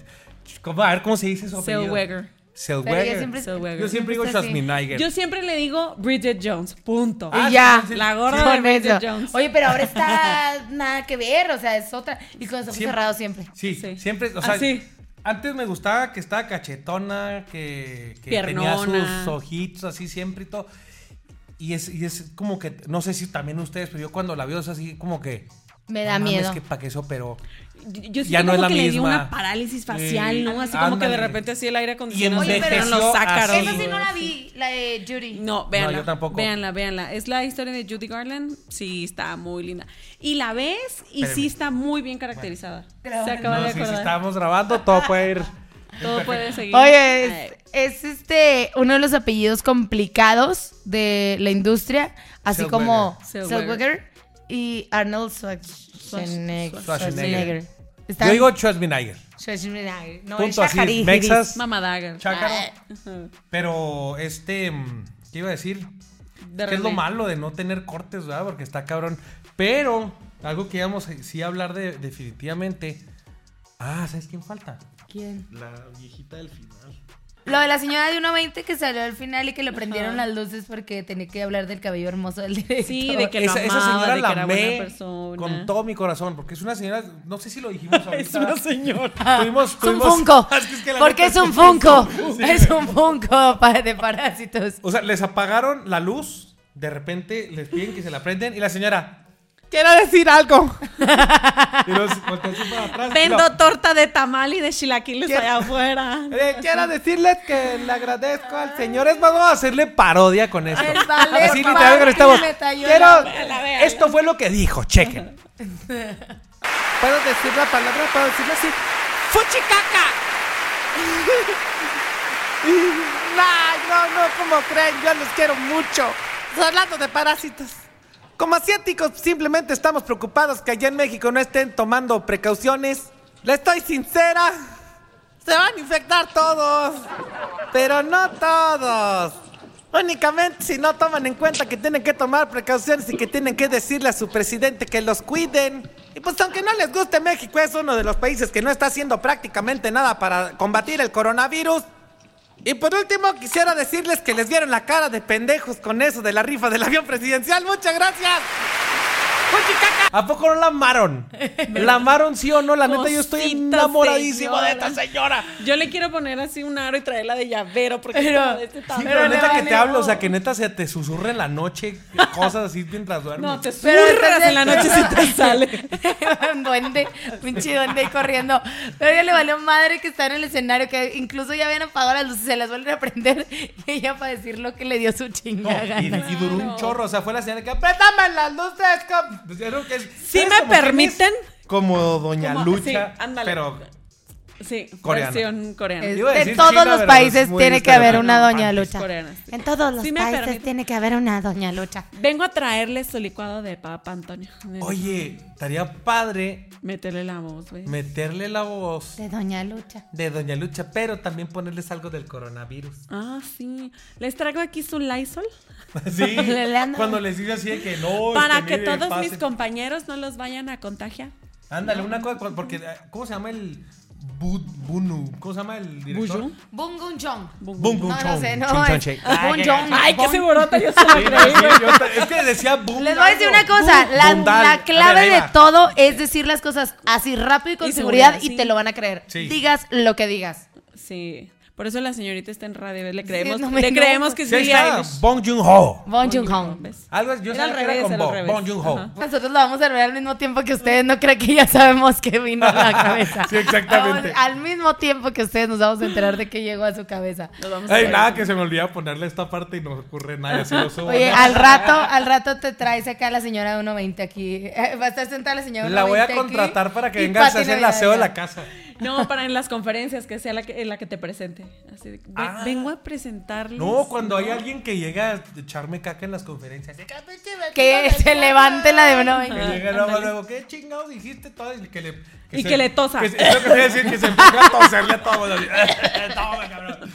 Speaker 2: ¿Cómo? A ver, ¿cómo se dice eso?
Speaker 3: Zellweger.
Speaker 4: Pero ella
Speaker 2: Selweger.
Speaker 4: siempre-
Speaker 3: Zellweger.
Speaker 2: Yo siempre digo
Speaker 4: Está así.
Speaker 2: Schwarzenegger.
Speaker 3: Yo siempre le digo Bridget Jones, punto.
Speaker 2: Ah,
Speaker 4: Y ya.
Speaker 2: sí, sí,
Speaker 3: La
Speaker 4: Con
Speaker 3: gorda de Bridget
Speaker 4: eso.
Speaker 3: Jones.
Speaker 4: Oye, pero ahora está nada que ver, o sea, es otra. Y con los ojos
Speaker 2: Siempre-
Speaker 4: cerrados siempre.
Speaker 2: Sí,
Speaker 3: Sí.
Speaker 2: siempre, o sea,
Speaker 3: Así.
Speaker 2: antes me gustaba que estaba cachetona, que, que tenía
Speaker 3: Piernona.
Speaker 2: sus ojitos así siempre y todo. Y es, y es como que, no sé si también ustedes, pero yo cuando la veo es así como que...
Speaker 4: Me da
Speaker 2: "No mames,
Speaker 4: miedo".
Speaker 2: que para qué se operó.
Speaker 3: Yo- Yo sí
Speaker 2: Ya no
Speaker 3: como
Speaker 2: es la
Speaker 3: que le dio
Speaker 2: misma.
Speaker 3: una parálisis facial,
Speaker 2: Sí.
Speaker 3: ¿no? Así como que de
Speaker 2: Ándale.
Speaker 3: repente así el aire
Speaker 2: Y
Speaker 3: acondicionado se
Speaker 4: envejeció
Speaker 3: hicieron los
Speaker 2: así.
Speaker 3: ácaros.
Speaker 4: Esa sí
Speaker 2: güey,
Speaker 4: no la vi, la de Judy.
Speaker 3: No, véanla.
Speaker 2: yo tampoco.
Speaker 3: Véanla, véanla. Es la historia de Judy Garland. Sí, está muy linda. Y la ves y
Speaker 2: Espérame.
Speaker 3: sí está muy bien caracterizada.
Speaker 4: Claro.
Speaker 3: Se acaba
Speaker 2: No
Speaker 3: de
Speaker 2: sé si
Speaker 3: acordar.
Speaker 2: estábamos grabando, todo puede ir...
Speaker 3: Todo puede seguir.
Speaker 4: Oye,
Speaker 3: Ay.
Speaker 4: es, es, este uno de los apellidos complicados de la industria, así
Speaker 2: Zellweger.
Speaker 4: como
Speaker 3: Zellweger.
Speaker 4: Zellweger y Arnold Schwarzeneg-
Speaker 3: Schwarzenegger.
Speaker 4: Schwarzenegger.
Speaker 2: Yo digo Schwarzenegger.
Speaker 4: Schwarzenegger. No, es
Speaker 2: Punto así,
Speaker 4: Shahari
Speaker 2: Mexas,
Speaker 3: Mamá Dagger.
Speaker 2: Chácaro.
Speaker 3: Ah, ujú.
Speaker 2: Pero este, mm, ¿qué iba a decir?
Speaker 3: De
Speaker 2: Que es lo
Speaker 3: René.
Speaker 2: malo de no tener cortes, ¿verdad? Porque está cabrón. Pero algo que íbamos a- sí a hablar de, definitivamente. Ah, ¿sabes quién falta?
Speaker 4: ¿Quién?
Speaker 2: La viejita del final.
Speaker 4: Lo de la señora de 1.20 que salió al final y que le prendieron las luces porque tenía que hablar del cabello hermoso del director.
Speaker 3: Sí, de que lo
Speaker 2: esa, esa
Speaker 3: amaba,
Speaker 2: señora
Speaker 3: de
Speaker 2: la
Speaker 3: que era
Speaker 2: amé
Speaker 3: buena persona.
Speaker 2: con todo mi corazón, porque es una señora, no sé si lo dijimos ahorita.
Speaker 3: Es una señora.
Speaker 2: Tuvimos-
Speaker 4: Es un
Speaker 2: tuvimos-
Speaker 4: Funko.
Speaker 2: Es que es que la
Speaker 4: Porque es
Speaker 2: neta-
Speaker 4: un Funko. Es un Funko pa- de parásitos.
Speaker 2: O sea, les apagaron la luz, de repente les piden que se la prenden y la señora...
Speaker 3: Quiero decir algo.
Speaker 2: Y los volteó así para atrás. y
Speaker 3: Vendo
Speaker 2: lo-
Speaker 3: torta de tamal y de chilaquiles allá afuera.
Speaker 2: Eh, quiero decirles que le agradezco al señor. Es más, vamos a hacerle parodia con esto.
Speaker 4: El ballet,
Speaker 2: Así
Speaker 4: por
Speaker 2: literal
Speaker 4: favor,
Speaker 2: con esta voz.
Speaker 4: me talló
Speaker 2: Quiero.
Speaker 4: la-
Speaker 3: Véala, véala.
Speaker 2: Esto fue lo que dijo, chequen. ¿Puedo decir la palabra? ¿Puedo decirlo así?
Speaker 3: ¡Fuchicaca!
Speaker 2: No, no, como creen, yo los quiero mucho. Hablando de parásitos. Como asiáticos, simplemente estamos preocupados que allá en México no estén tomando precauciones. Le estoy sincera. Se van a infectar todos. Pero no todos. Únicamente si no toman en cuenta que tienen que tomar precauciones y que tienen que decirle a su presidente que los cuiden. Y pues aunque no les guste México, es uno de los países que no está haciendo prácticamente nada para combatir el coronavirus. Y por último, quisiera decirles que les vieron la cara de pendejos con eso de la rifa del avión presidencial. ¡Muchas gracias! ¿A poco no la amaron? ¿La amaron sí o no? La neta, yo estoy
Speaker 3: Cosita
Speaker 2: enamoradísimo de
Speaker 3: señora.
Speaker 2: esta señora.
Speaker 3: Yo le quiero poner así un aro y traerla de llavero porque
Speaker 4: Pero-
Speaker 3: es como de este
Speaker 2: Sí,
Speaker 3: tamaño.
Speaker 2: pero,
Speaker 4: Pero le
Speaker 2: neta que te
Speaker 4: valió.
Speaker 2: hablo, o sea, que neta se te susurra en la noche cosas así mientras duermes.
Speaker 3: No, te
Speaker 4: Pero
Speaker 3: zurras en la noche
Speaker 4: entonces-
Speaker 3: si te sale.
Speaker 4: un duende, un duende ahí corriendo. Pero ella le valió madre que está en el escenario, que incluso ya habían apagado las luces, se las vuelven a prender. Y ella para decir lo que le dio su
Speaker 2: No,
Speaker 4: chingada.
Speaker 2: y,
Speaker 4: gana.
Speaker 2: y duró un chorro, o sea, fue la señal que apretame las luces. com-". Pues, yo creo que es-
Speaker 3: ¿Sí
Speaker 2: ¿sabes
Speaker 3: me
Speaker 2: cómo quién es?
Speaker 3: permiten?
Speaker 2: Como Doña
Speaker 3: Como-
Speaker 2: Lucha,
Speaker 3: sí, ándale.
Speaker 2: pero
Speaker 3: Sí,
Speaker 2: Coreana.
Speaker 3: versión coreana.
Speaker 4: Es-
Speaker 2: iba a
Speaker 4: de
Speaker 2: decir
Speaker 4: todos
Speaker 2: China,
Speaker 4: los
Speaker 2: pero es
Speaker 4: países
Speaker 2: muy
Speaker 4: tiene que haber una
Speaker 2: estereotipante.
Speaker 4: doña lucha.
Speaker 3: Coreana, sí.
Speaker 4: En todos los
Speaker 3: Sí me
Speaker 4: países
Speaker 3: permite.
Speaker 4: tiene que haber una doña lucha.
Speaker 3: Vengo a traerle su licuado de papa, Antonio.
Speaker 2: Oye, estaría padre
Speaker 3: Métele la voz, güey.
Speaker 2: meterle la voz
Speaker 4: De doña lucha.
Speaker 2: de Doña Lucha, pero también ponerles algo del coronavirus.
Speaker 3: Ah, sí. Les traigo aquí su Lysol
Speaker 2: Sí,
Speaker 4: Le ando-
Speaker 2: cuando les dice así de que no.
Speaker 3: para
Speaker 2: este,
Speaker 3: que
Speaker 2: mire,
Speaker 3: todos mis
Speaker 2: pase".
Speaker 3: compañeros no los vayan a contagiar.
Speaker 2: Ándale, una cosa, cu- porque, eh, ¿cómo se llama el Bu- Bunu? ¿Cómo se llama el director?
Speaker 3: ¿Buyu?
Speaker 4: Bungun Chong.
Speaker 2: Bum Bum
Speaker 4: No, no
Speaker 2: Chong,
Speaker 4: sé, no.
Speaker 2: Chong Chong
Speaker 4: es- Ah,
Speaker 2: Chek.
Speaker 4: Bun Jong.
Speaker 3: Ay, qué
Speaker 4: Bun-
Speaker 3: segurota yo se la creí.
Speaker 2: Ah, Sí, yo ta- es que decía Bum.
Speaker 4: Les voy a decir
Speaker 2: algo.
Speaker 4: una cosa,
Speaker 2: Bum,
Speaker 4: la,
Speaker 2: Bundal.
Speaker 4: la
Speaker 2: A ver,
Speaker 4: clave
Speaker 2: ahí
Speaker 4: de
Speaker 2: va.
Speaker 4: todo es decir las cosas así rápido y con
Speaker 3: Y seguridad,
Speaker 4: seguridad,
Speaker 3: sí.
Speaker 4: y te lo van a creer.
Speaker 2: Sí.
Speaker 4: Digas lo que digas.
Speaker 3: Sí. Por eso la señorita está en radio. Le creemos,
Speaker 4: no me-
Speaker 3: le
Speaker 4: no,
Speaker 3: creemos que es
Speaker 2: Sí, ahí
Speaker 3: Billie
Speaker 2: está,
Speaker 3: Eilish.
Speaker 2: Bong Joon-ho.
Speaker 4: Bon Joon
Speaker 3: Bong Joon-ho,
Speaker 4: Ho.
Speaker 3: ¿ves?
Speaker 2: Algo, yo
Speaker 3: Era al
Speaker 2: sabía que era
Speaker 3: revés,
Speaker 2: con
Speaker 3: era al
Speaker 2: Bo,
Speaker 3: revés.
Speaker 2: Bong Joon-ho.
Speaker 3: Ajá.
Speaker 4: Nosotros lo vamos a ver al mismo tiempo que ustedes. No crean que ya sabemos que vino a la cabeza.
Speaker 2: Sí, exactamente.
Speaker 4: Vamos- al mismo tiempo que ustedes nos vamos a enterar de que llegó a su cabeza.
Speaker 3: Nos vamos a
Speaker 2: Ay,
Speaker 3: ver.
Speaker 2: nada, que se me olvida ponerle esta parte y no ocurre nada, y así lo subo.
Speaker 4: Oye,
Speaker 2: ¿no?
Speaker 4: al rato, al rato te traes acá la señora de 1.20 aquí. Eh, Va a estar sentada la señora de 1.20
Speaker 2: La voy a
Speaker 4: aquí
Speaker 2: contratar para que
Speaker 4: y
Speaker 2: vengas a
Speaker 4: Pati
Speaker 2: hacer el
Speaker 4: Navidad
Speaker 2: aseo de
Speaker 4: allá.
Speaker 2: la casa.
Speaker 3: No, para en las conferencias, que sea la que, la que te presente. Así de, "Ve-
Speaker 2: Ah.
Speaker 3: vengo a presentarles.
Speaker 2: No, cuando hay alguien que llega a echarme caca en las conferencias. de que-
Speaker 4: Que se levante la de 1.20.
Speaker 2: Que llega luego, luego, ¿qué chingados dijiste? Todo, y que le,
Speaker 3: Ah, Y que le tosa.
Speaker 2: que se- es lo que te iba a decir, que se empieza a toserle a todos. así. Toma, cabrón.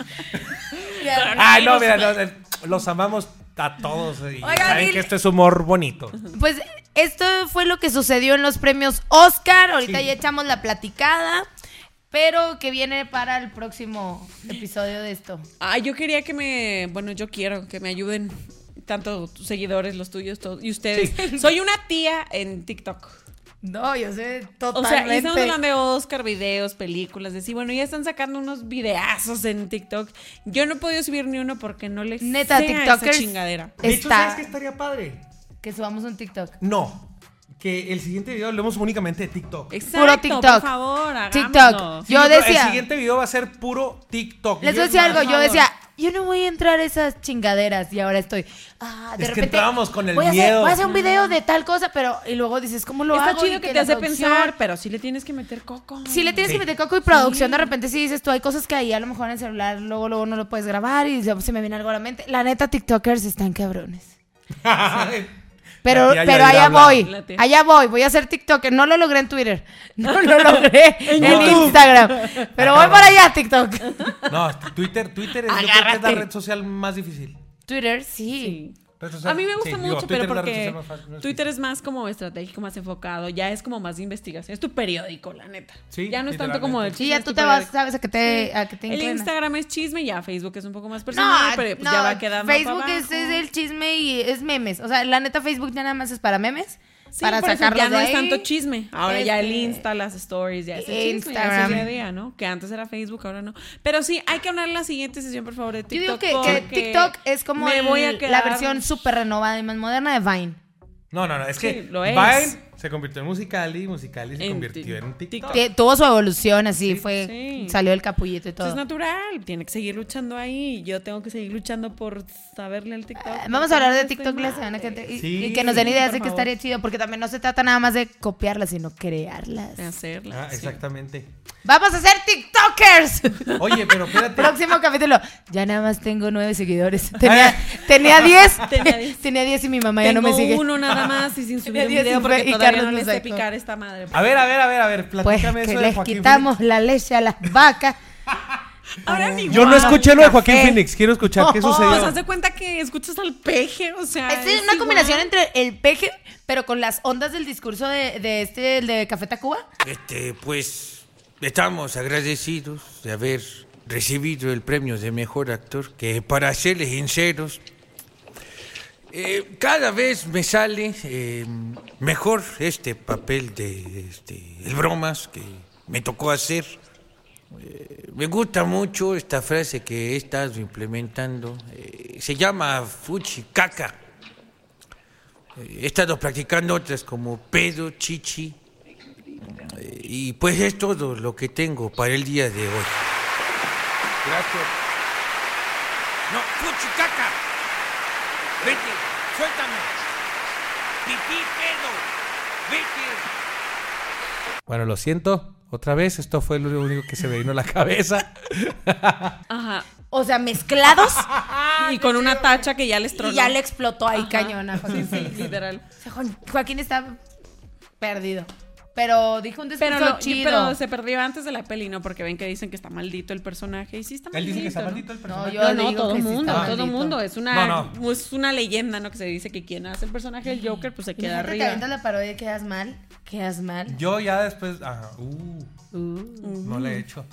Speaker 2: Ay, no, mira, no, eh, los amamos a todos. eh, Y
Speaker 4: Oigan,
Speaker 2: saben
Speaker 4: y-
Speaker 2: que esto es humor bonito.
Speaker 4: Pues esto fue lo que sucedió en los premios Oscar. Ahorita ya echamos la platicada. Pero que viene para el próximo episodio de esto.
Speaker 3: Ah, yo quería que me. Bueno, yo quiero que me ayuden. Tanto tus seguidores, los tuyos, todos, y ustedes. Soy una tía en TikTok.
Speaker 4: No, yo sé
Speaker 3: O sea, y
Speaker 4: totalmente.
Speaker 3: estamos hablando de Oscar, videos, películas, de sí, bueno, ya están sacando unos videazos en TikTok. Yo no he podido subir ni uno porque no les
Speaker 4: Neta,
Speaker 3: sé a esa
Speaker 4: TikTokers.
Speaker 3: chingadera.
Speaker 2: De hecho, ¿sabes
Speaker 4: Está.
Speaker 2: qué estaría padre?
Speaker 4: Que subamos un TikTok.
Speaker 2: No. Que el siguiente video hablemos únicamente de TikTok.
Speaker 3: Exacto,
Speaker 4: Puro TikTok.
Speaker 3: por favor, hagámoslo.
Speaker 4: TikTok. Yo
Speaker 2: pero El
Speaker 4: decía.
Speaker 2: siguiente video va a ser puro TikTok.
Speaker 4: Les
Speaker 2: Yo-
Speaker 4: voy a decir algo,
Speaker 2: no,
Speaker 4: yo decía, yo no voy a entrar a esas chingaderas y ahora estoy. Ah, de
Speaker 2: Es que
Speaker 4: repente.
Speaker 2: entrábamos con el
Speaker 4: voy a hacer-
Speaker 2: miedo.
Speaker 4: voy a hacer un video de tal cosa, pero. Y luego dices, ¿cómo lo
Speaker 3: Está
Speaker 4: hago? Y
Speaker 3: chido que, te
Speaker 4: la
Speaker 3: hace
Speaker 4: producción-
Speaker 3: pensar, pero sí le tienes que meter coco.
Speaker 4: Sí, le tienes
Speaker 2: Sí.
Speaker 4: que meter coco y producción. De repente, si dices tú, hay cosas que ahí a lo mejor en el celular luego, luego no lo puedes grabar y luego se me viene algo a la mente. La neta, TikTokers están cabrones. Pero,
Speaker 2: La tía
Speaker 4: pero
Speaker 2: Yadira
Speaker 4: allá
Speaker 2: habla.
Speaker 4: voy,
Speaker 3: La tía.
Speaker 4: allá voy, voy a hacer TikToker. No lo logré en Twitter, no lo logré en,
Speaker 2: YouTube.
Speaker 4: Instagram, pero voy para allá TikTok.
Speaker 2: No, Twitter, Twitter es, yo creo que es la
Speaker 4: Agárrate.
Speaker 2: red social más difícil.
Speaker 4: Twitter, sí.
Speaker 3: Sí.
Speaker 2: Red social-
Speaker 3: A mí me gusta
Speaker 2: sí, digo,
Speaker 3: mucho,
Speaker 2: Twitter
Speaker 3: pero
Speaker 2: es la red
Speaker 3: porque
Speaker 2: social más fácil, más
Speaker 3: Twitter es más como estratégico, más enfocado, ya es como más de investigación, es tu periódico, la neta.
Speaker 2: Sí,
Speaker 3: ya no es tanto
Speaker 2: literalmente.
Speaker 3: como el
Speaker 4: Sí, ya
Speaker 3: es
Speaker 4: tú
Speaker 3: tu
Speaker 4: te vas,
Speaker 3: periódico.
Speaker 4: sabes a qué te, a qué te
Speaker 3: El
Speaker 4: inclinas.
Speaker 3: Instagram es chisme, ya Facebook es un poco más
Speaker 4: No,
Speaker 3: personal, pero pues,
Speaker 4: no,
Speaker 3: ya va quedando para
Speaker 4: Facebook es,
Speaker 3: abajo.
Speaker 4: es el chisme y es memes. O sea, la neta Facebook ya nada más es para memes,
Speaker 3: Sí,
Speaker 4: para
Speaker 3: por eso
Speaker 4: sacarlos
Speaker 3: ya no
Speaker 4: de
Speaker 3: es
Speaker 4: ahí.
Speaker 3: tanto chisme. Ahora ya el
Speaker 4: Este,
Speaker 3: Insta, las stories, ya es el chisme, ya es el
Speaker 4: Instagram.
Speaker 3: día a día, ¿no? Que antes era Facebook, ahora no. Pero sí, hay que hablar en la siguiente sesión, por favor, de
Speaker 4: Yo
Speaker 3: TikTok.
Speaker 4: digo que, que
Speaker 3: porque
Speaker 4: TikTok es como
Speaker 3: me
Speaker 4: el-
Speaker 3: voy a
Speaker 4: la
Speaker 3: quedar- pues
Speaker 4: versión súper renovada y más moderna de Vine.
Speaker 2: No, no, no, es que
Speaker 3: Sí, lo es.
Speaker 2: Vine se convirtió en Musical.ly, Musical.ly se
Speaker 3: En
Speaker 2: convirtió en
Speaker 3: TikTok.
Speaker 2: TikTok.
Speaker 4: Que Tuvo su evolución así, fue,
Speaker 3: Ah. sí.
Speaker 4: salió el capullito y
Speaker 3: Pues Es
Speaker 4: todo.
Speaker 3: natural, tiene que seguir luchando ahí. Yo tengo que seguir luchando por saberle al TikTok.
Speaker 4: Eh, Vamos a hablar de
Speaker 3: Estoy
Speaker 4: TikTok la
Speaker 3: mal.
Speaker 4: semana que te- y,
Speaker 2: Sí,
Speaker 4: y que nos den ideas
Speaker 3: por
Speaker 4: de que
Speaker 3: favor.
Speaker 4: estaría chido, porque también no se trata nada más de copiarlas, sino crearlas.
Speaker 3: De hacerla.
Speaker 2: Ah,
Speaker 3: sí.
Speaker 2: exactamente.
Speaker 4: ¡Vamos a ser TikTokers!
Speaker 2: Oye, pero espérate.
Speaker 4: Próximo capítulo. Ya nada más tengo nueve seguidores. Tenía, tenía diez.
Speaker 3: Tenía diez.
Speaker 4: tenía diez y mi mamá ya
Speaker 3: Tengo
Speaker 4: no me sigue.
Speaker 3: uno nada más y sin subir un
Speaker 4: Nadie
Speaker 3: video
Speaker 4: se
Speaker 3: porque
Speaker 4: fue y
Speaker 3: todavía
Speaker 4: Carlos
Speaker 3: no le
Speaker 4: lo
Speaker 3: sé
Speaker 4: sacó.
Speaker 3: picar esta madre.
Speaker 2: A ver, a ver, a ver, a ver,
Speaker 4: Pues
Speaker 2: platícame
Speaker 4: que
Speaker 2: eso de
Speaker 4: les
Speaker 2: Joaquín
Speaker 4: quitamos la leche a las vacas.
Speaker 3: Ahora ni
Speaker 2: Phoenix. Yo no
Speaker 3: guau.
Speaker 2: escuché lo de Joaquín
Speaker 4: Café.
Speaker 2: Phoenix, quiero escuchar qué
Speaker 4: Ojo.
Speaker 2: sucedió.
Speaker 3: Pues haz de cuenta que escuchas al peje, o sea.
Speaker 4: Es una
Speaker 3: igual.
Speaker 4: combinación entre el peje, pero con las ondas del discurso de, de este, el de Café Tacuba.
Speaker 5: Este, pues estamos agradecidos de haber recibido el premio de mejor actor, que para serles sinceros, eh, cada vez me sale eh, mejor este papel de este, el bromas que me tocó hacer. Eh, me gusta mucho esta frase que he estado implementando. eh, se llama fuchi caca. Eh, he estado practicando otras como pedo, chichi, y pues es todo lo que tengo para el día de hoy. Gracias. No, fuchicaca. Vete, suéltame. Pipí, pedo. Vete.
Speaker 2: Bueno, lo siento. Otra vez, esto fue lo único que se me vino a la cabeza.
Speaker 3: Ajá.
Speaker 4: O sea, mezclados
Speaker 3: y con una tacha que ya les tronó.
Speaker 4: Ah, y ya le explotó ahí cañona.
Speaker 3: Sí,
Speaker 4: Joaquín.
Speaker 3: sí, literal.
Speaker 4: O sea, Juan- Joaquín está perdido. Pero dijo un discurso
Speaker 3: Pero, no,
Speaker 4: chido.
Speaker 3: pero se perdió antes de la peli, ¿no? Porque ven que dicen que está maldito el personaje. Y sí está
Speaker 2: Él
Speaker 3: maldito.
Speaker 2: dice que está
Speaker 3: ¿no?
Speaker 2: maldito el
Speaker 4: No,
Speaker 2: personaje.
Speaker 4: yo
Speaker 3: No,
Speaker 4: digo
Speaker 3: no, todo
Speaker 4: que
Speaker 3: el
Speaker 4: sí está
Speaker 3: mundo, todo
Speaker 4: maldito.
Speaker 3: el mundo. Es una,
Speaker 2: No,
Speaker 3: es una leyenda, ¿no? Que se dice que quien hace el personaje del Joker, pues se queda
Speaker 4: Imagínate, Te avientas
Speaker 3: arriba.
Speaker 4: la parodia y quedas mal. Quedas mal.
Speaker 2: Yo ya después. Ajá, uh, no le he hecho.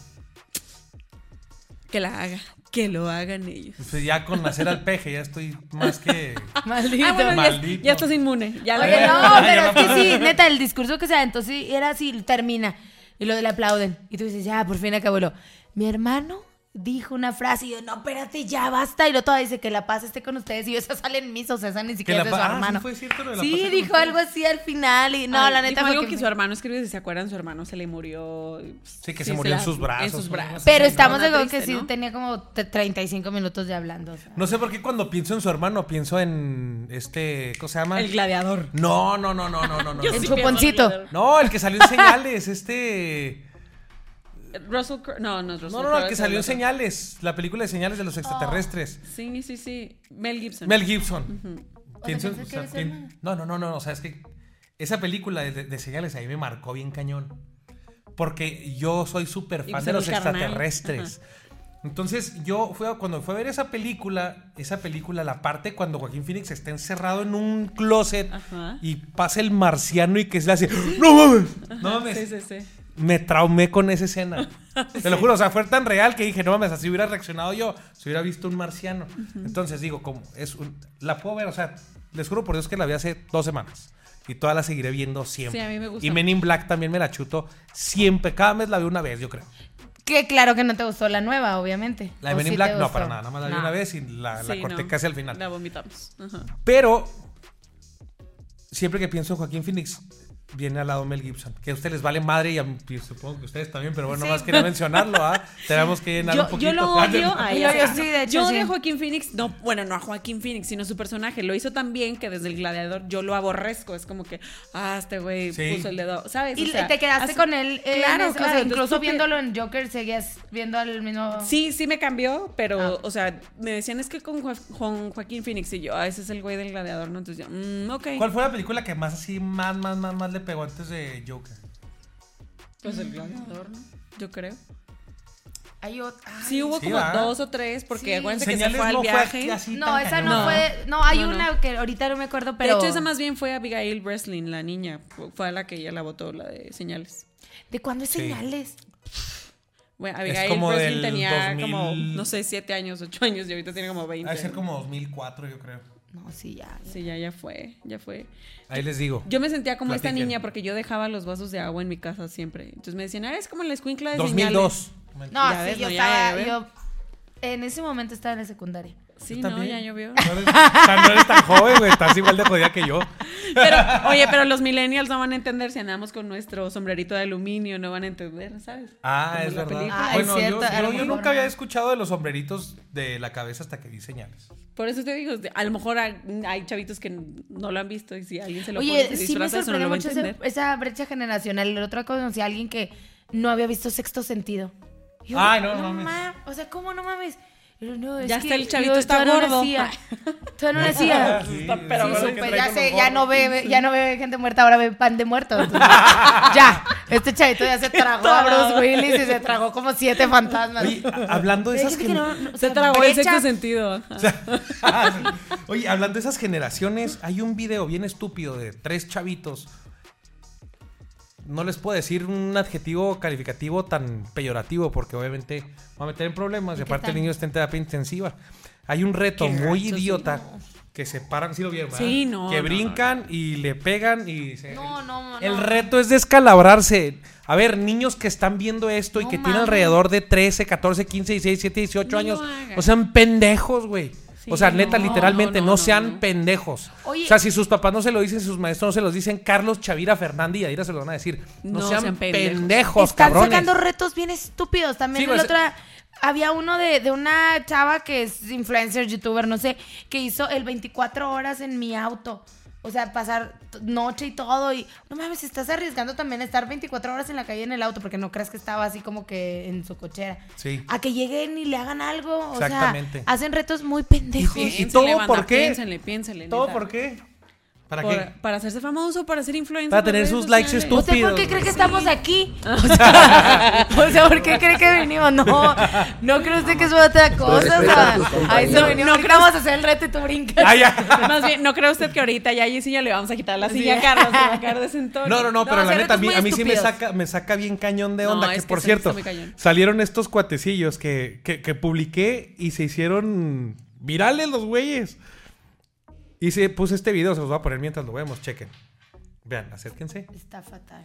Speaker 3: Que la haga. Que lo hagan ellos.
Speaker 2: Pues ya con nacer al peje, ya estoy más que.
Speaker 4: Maldito.
Speaker 3: Ah, bueno, ya- ya,
Speaker 2: Maldito.
Speaker 3: estás inmune. Ya la
Speaker 4: Oye,
Speaker 2: Ya,
Speaker 4: no,
Speaker 2: ya
Speaker 4: pero es
Speaker 2: me
Speaker 4: que
Speaker 2: pasó.
Speaker 4: sí, neta, el discurso que se aventó sí era así, termina. Y lo le aplauden. Y tú dices, ya, por fin acabó. Y lo, Mi hermano dijo una frase y yo, no, espérate, ya basta. Y lo toda dice, que la paz esté con ustedes. Y yo, esa sale en mis, o sea, esa ni siquiera
Speaker 2: la
Speaker 4: es de su
Speaker 2: paz- ah, sí
Speaker 4: hermano.
Speaker 2: fue cierto lo de la paz
Speaker 4: Sí,
Speaker 2: esté con
Speaker 4: dijo
Speaker 2: ustedes.
Speaker 4: algo así al final. Y no,
Speaker 3: Ay,
Speaker 4: la neta,
Speaker 3: dijo algo
Speaker 4: porque-
Speaker 3: que su hermano escribió, si se acuerdan, su hermano se le murió. Sí,
Speaker 2: que se
Speaker 3: se
Speaker 2: murió en
Speaker 3: la-
Speaker 2: sus brazos,
Speaker 3: En sus
Speaker 2: ¿no?
Speaker 3: brazos.
Speaker 4: Pero
Speaker 3: Sí,
Speaker 4: estamos
Speaker 3: una
Speaker 4: de acuerdo que
Speaker 3: triste,
Speaker 4: sí
Speaker 3: ¿no?
Speaker 4: tenía como te- 35 minutos de hablando. o sea.
Speaker 2: No sé por qué cuando pienso en su hermano, pienso en este. ¿Cómo se llama?
Speaker 3: El gladiador.
Speaker 2: No, no, no, no, no, no. no.
Speaker 3: Yo
Speaker 4: El
Speaker 3: sí
Speaker 4: chuponcito.
Speaker 3: pienso en el
Speaker 2: No, el que salió en señales, este.
Speaker 3: gladiador. Russell Crowe. No, no es Russell
Speaker 2: No, no, no, el
Speaker 3: Crowe,
Speaker 2: que
Speaker 3: es
Speaker 2: salió en
Speaker 3: otro.
Speaker 2: señales. La película de señales de los
Speaker 3: Ah.
Speaker 2: extraterrestres.
Speaker 3: Sí, sí, sí. Mel Gibson.
Speaker 2: Mel Gibson. Pienso en-
Speaker 4: pensé
Speaker 2: o
Speaker 4: que
Speaker 2: sea,
Speaker 4: eres
Speaker 2: pien-
Speaker 4: hermana.
Speaker 2: No, no, no, no. O sea, es que esa película de, de señales ahí me marcó bien cañón. Porque yo soy súper
Speaker 3: Y
Speaker 2: fan
Speaker 3: pues
Speaker 2: de
Speaker 3: el
Speaker 2: los
Speaker 3: carnal.
Speaker 2: extraterrestres. Entonces, yo fui a- cuando fui a ver esa película, esa película, la parte cuando Joaquín Phoenix está encerrado en un closet
Speaker 3: Ajá.
Speaker 2: y pasa el marciano y que se le hace. ¡No mames! ¡No mames!
Speaker 3: Ah, Sí, sí, sí.
Speaker 2: me traumé con esa escena. Te lo juro, o sea, fue tan real que dije, no mames, así hubiera reaccionado yo si hubiera visto un marciano. Entonces digo, como es un- la puedo ver, o sea, les juro por Dios que la vi hace dos semanas. Y toda la seguiré viendo siempre.
Speaker 3: Sí, a mí me gusta
Speaker 2: Y Men in Black también me la chuto siempre. Cada mes la veo una vez, yo creo.
Speaker 4: Que claro que no te gustó la nueva, obviamente.
Speaker 2: La de
Speaker 4: ¿O
Speaker 2: Men in
Speaker 4: sí te
Speaker 2: Black no,
Speaker 4: gustó?
Speaker 2: para nada. Nada más la vi
Speaker 4: No.
Speaker 2: una vez y la, la
Speaker 3: Sí,
Speaker 2: corté
Speaker 3: no.
Speaker 2: casi al final.
Speaker 3: La vomitamos. Ajá.
Speaker 2: Pero siempre que pienso en Joaquín Phoenix, viene al lado Mel Gibson. Que a ustedes les vale madre y a mí- y supongo que ustedes también, pero bueno,
Speaker 4: Sí.
Speaker 2: más quería mencionarlo, ¿ah? Tenemos que llenar un
Speaker 3: Yo,
Speaker 2: poquito.
Speaker 3: yo lo odio.
Speaker 4: Ay, yo- yo sí, de hecho,
Speaker 3: Yo
Speaker 4: sí.
Speaker 3: odio a Joaquín Phoenix. No, bueno, no a Joaquín Phoenix, sino a su personaje. Lo hizo tan bien que desde el gladiador yo lo aborrezco. Es como que, ah, este güey
Speaker 2: Sí.
Speaker 3: puso el dedo. ¿Sabes?
Speaker 4: Y
Speaker 3: O sea,
Speaker 4: te quedaste
Speaker 3: hace-
Speaker 4: con él. eh, en ese- o sea,
Speaker 3: entonces
Speaker 4: incluso
Speaker 3: tú que-
Speaker 4: viéndolo en Joker, seguías viendo al mismo.
Speaker 3: Sí, sí me cambió, pero,
Speaker 4: Ah.
Speaker 3: o sea, me decían es que con, Jo- con Joaquín Phoenix y yo, ah, ese es el güey del gladiador, ¿no? Entonces yo, mm, ok.
Speaker 2: ¿Cuál fue la película que más así, más, más, más, más le pegó antes de Joker?
Speaker 3: Pues el gladiador, ¿no? Yo creo.
Speaker 4: Hay ot- ah, ay.
Speaker 3: Sí, hubo
Speaker 2: sí,
Speaker 3: como
Speaker 2: ¿verdad?
Speaker 3: dos o tres, porque
Speaker 4: Sí.
Speaker 3: acuérdense que se
Speaker 2: Señales
Speaker 3: fue al
Speaker 2: no fue
Speaker 3: viaje.
Speaker 2: aquí así
Speaker 4: No,
Speaker 2: tan
Speaker 4: esa
Speaker 2: cañón.
Speaker 4: no,
Speaker 3: No.
Speaker 4: fue. No, hay
Speaker 3: No, no.
Speaker 4: una que ahorita no me acuerdo, pero.
Speaker 3: De hecho, esa más bien fue Abigail Breslin, la niña. Fue- Fue a la que ella la votó, la de señales.
Speaker 4: ¿De cuándo es
Speaker 2: Sí.
Speaker 4: señales?
Speaker 3: Bueno, Abigail
Speaker 2: como
Speaker 3: Breslin
Speaker 2: del
Speaker 3: tenía
Speaker 2: 2000.
Speaker 3: como, no sé, siete años, ocho años y ahorita tiene como
Speaker 2: Ha de ser
Speaker 3: 20.
Speaker 2: como 2004, yo creo.
Speaker 4: No, sí, ya. ya.
Speaker 3: Sí, ya, ya fue, ya fue.
Speaker 2: Ahí les digo.
Speaker 3: Yo me sentía como esta
Speaker 2: Platiquen.
Speaker 3: niña porque yo dejaba los vasos de agua en mi casa siempre. Entonces me decían, ah, es como la escuincla de
Speaker 2: 2002.
Speaker 4: No,
Speaker 3: Ya
Speaker 4: sí,
Speaker 3: ves,
Speaker 4: yo
Speaker 3: no, ya,
Speaker 4: estaba.
Speaker 3: ya ves.
Speaker 4: yo, en ese momento estaba en la secundaria.
Speaker 3: señales. Sí,
Speaker 2: Yo
Speaker 3: no,
Speaker 2: también.
Speaker 3: ya llovió.
Speaker 2: No eres, tan, no eres tan joven, güey. Estás igual de jodida que yo.
Speaker 3: Pero, oye, pero los millennials no van a entender si andamos con nuestro sombrerito de aluminio, no van a entender, ¿sabes?
Speaker 2: Ah,
Speaker 3: Como
Speaker 2: es
Speaker 3: la
Speaker 2: verdad.
Speaker 3: película.
Speaker 4: Ah, es
Speaker 2: bueno, yo-
Speaker 4: cierto, a
Speaker 2: yo,
Speaker 4: lo
Speaker 2: yo
Speaker 4: mejor
Speaker 2: nunca
Speaker 4: no.
Speaker 2: había escuchado de los sombreritos de la cabeza hasta que vi señales.
Speaker 3: Por eso te digo, a lo mejor hay- hay chavitos que no lo han visto y si alguien se lo pone y
Speaker 4: Oye,
Speaker 3: se
Speaker 4: sí me
Speaker 3: disfraza, eso no
Speaker 4: sorprendió
Speaker 3: lo va a
Speaker 4: mucho ese-
Speaker 3: entender.
Speaker 4: esa brecha generacional. El otro día conocí a alguien que no había visto sexto sentido. Yo,
Speaker 2: Ay, no, mames.
Speaker 4: ma- o sea, ¿cómo no mames? Yo, no, es
Speaker 3: Ya
Speaker 4: que
Speaker 3: está el chavito,
Speaker 4: yo
Speaker 3: está
Speaker 4: todavía no
Speaker 3: gordo.
Speaker 4: nacía. Todavía no
Speaker 2: Ah,
Speaker 4: nacía.
Speaker 2: sí,
Speaker 3: Está- pero
Speaker 2: sí,
Speaker 3: bueno,
Speaker 2: sí,
Speaker 4: Pues
Speaker 2: sí.
Speaker 4: ya sé, ya no ve, ya no ve gente muerta, ahora ve pan de muerto. Entonces, ya, este chavito ya se tragó a Bruce Willis y se tragó como siete fantasmas.
Speaker 2: Oye, a- hablando de
Speaker 4: Hay
Speaker 2: esas
Speaker 4: gente
Speaker 2: que-
Speaker 4: no- no- o
Speaker 3: Se
Speaker 4: sea,
Speaker 3: tragó el
Speaker 4: brecha-
Speaker 3: sexto sentido. ajá.
Speaker 2: ah, Oye, hablando de esas generaciones, hay un video bien estúpido de tres chavitos. No les puedo decir un adjetivo calificativo tan peyorativo porque obviamente va a meter en problemas y
Speaker 4: ¿Y qué
Speaker 2: aparte
Speaker 4: tal?
Speaker 2: el niño está en terapia intensiva. Hay un reto
Speaker 3: Qué
Speaker 2: muy
Speaker 3: gacho, sí,
Speaker 2: idiota que se paran, sí lo vieron, ¿verdad?
Speaker 3: Sí, no,
Speaker 2: Que
Speaker 3: no, no,
Speaker 2: brincan y le pegan y se...
Speaker 4: No, no, no.
Speaker 2: El reto es descalabrarse. A ver, niños que están viendo esto y
Speaker 4: No
Speaker 2: que tienen
Speaker 4: mames.
Speaker 2: alrededor de 13, 14, 15, 16, 17, 18
Speaker 3: No
Speaker 2: años,
Speaker 3: lo hagan.
Speaker 2: no sean pendejos, güey.
Speaker 3: Sí,
Speaker 2: o sea, neta,
Speaker 3: no,
Speaker 2: literalmente, no,
Speaker 3: no, no, no,
Speaker 2: sean
Speaker 3: no.
Speaker 2: pendejos.
Speaker 4: Oye.
Speaker 2: o sea, si sus papás no se lo dicen, si sus maestros no se los dicen, Carlos, Chavira, Fernández y Adira se lo van a decir. No,
Speaker 3: No
Speaker 2: sean,
Speaker 3: sean
Speaker 2: pendejos,
Speaker 3: pendejos.
Speaker 4: Están
Speaker 2: cabrones.
Speaker 4: sacando retos bien estúpidos. También
Speaker 2: Sí,
Speaker 4: el
Speaker 2: pues,
Speaker 4: otro día había uno de, de una chava que es influencer, youtuber, no sé, que hizo el 24 horas en mi auto. O sea, pasar t- noche y todo. Y no mames, estás arriesgando también a estar 24 horas en la calle en el auto porque no creas que estaba así como que en su cochera.
Speaker 2: Sí.
Speaker 4: A que lleguen y le hagan algo. O sea,
Speaker 2: Exactamente.
Speaker 4: hacen retos muy pendejos.
Speaker 2: Y- y-
Speaker 3: Piénsenle,
Speaker 2: todo
Speaker 3: banda,
Speaker 2: por qué?
Speaker 3: Piénsenle, piénsenle.
Speaker 2: ¿Todo
Speaker 3: neta.
Speaker 2: por qué? ¿Para
Speaker 3: Por-
Speaker 2: qué?
Speaker 3: Para hacerse famoso, para ser influencer.
Speaker 2: Para tener
Speaker 3: redes
Speaker 2: sus likes
Speaker 3: sociales.
Speaker 2: estúpidos.
Speaker 4: ¿Usted por qué
Speaker 2: estúpidos,
Speaker 4: cree
Speaker 2: güey.
Speaker 4: que estamos aquí? O sea, o sea, ¿por qué cree que venimos? No, no cree usted que es otra cosa. O sea, a eso venimos. Ahorita vamos a hacer el reto y tú brincas.
Speaker 2: Ah, ya.
Speaker 3: Más bien, ¿no cree usted que ahorita ya a Yesenia le vamos a quitar la silla a Carlos? Se va a quedar de sentón.
Speaker 2: No, no, no, pero
Speaker 4: o
Speaker 2: la
Speaker 4: sea,
Speaker 2: neta, a
Speaker 4: retos
Speaker 2: mí,
Speaker 4: muy
Speaker 2: a mí sí me
Speaker 4: estúpidos.
Speaker 2: saca, me saca bien cañón de
Speaker 3: No,
Speaker 2: onda. que
Speaker 3: es que
Speaker 2: por
Speaker 3: sí,
Speaker 2: cierto,
Speaker 3: está muy cañón.
Speaker 2: salieron estos cuatecillos que, que, que publiqué y se hicieron virales los güeyes. Y se puse este video, se los voy a poner mientras lo vemos, chequen. Vean, acérquense.
Speaker 4: Está fatal.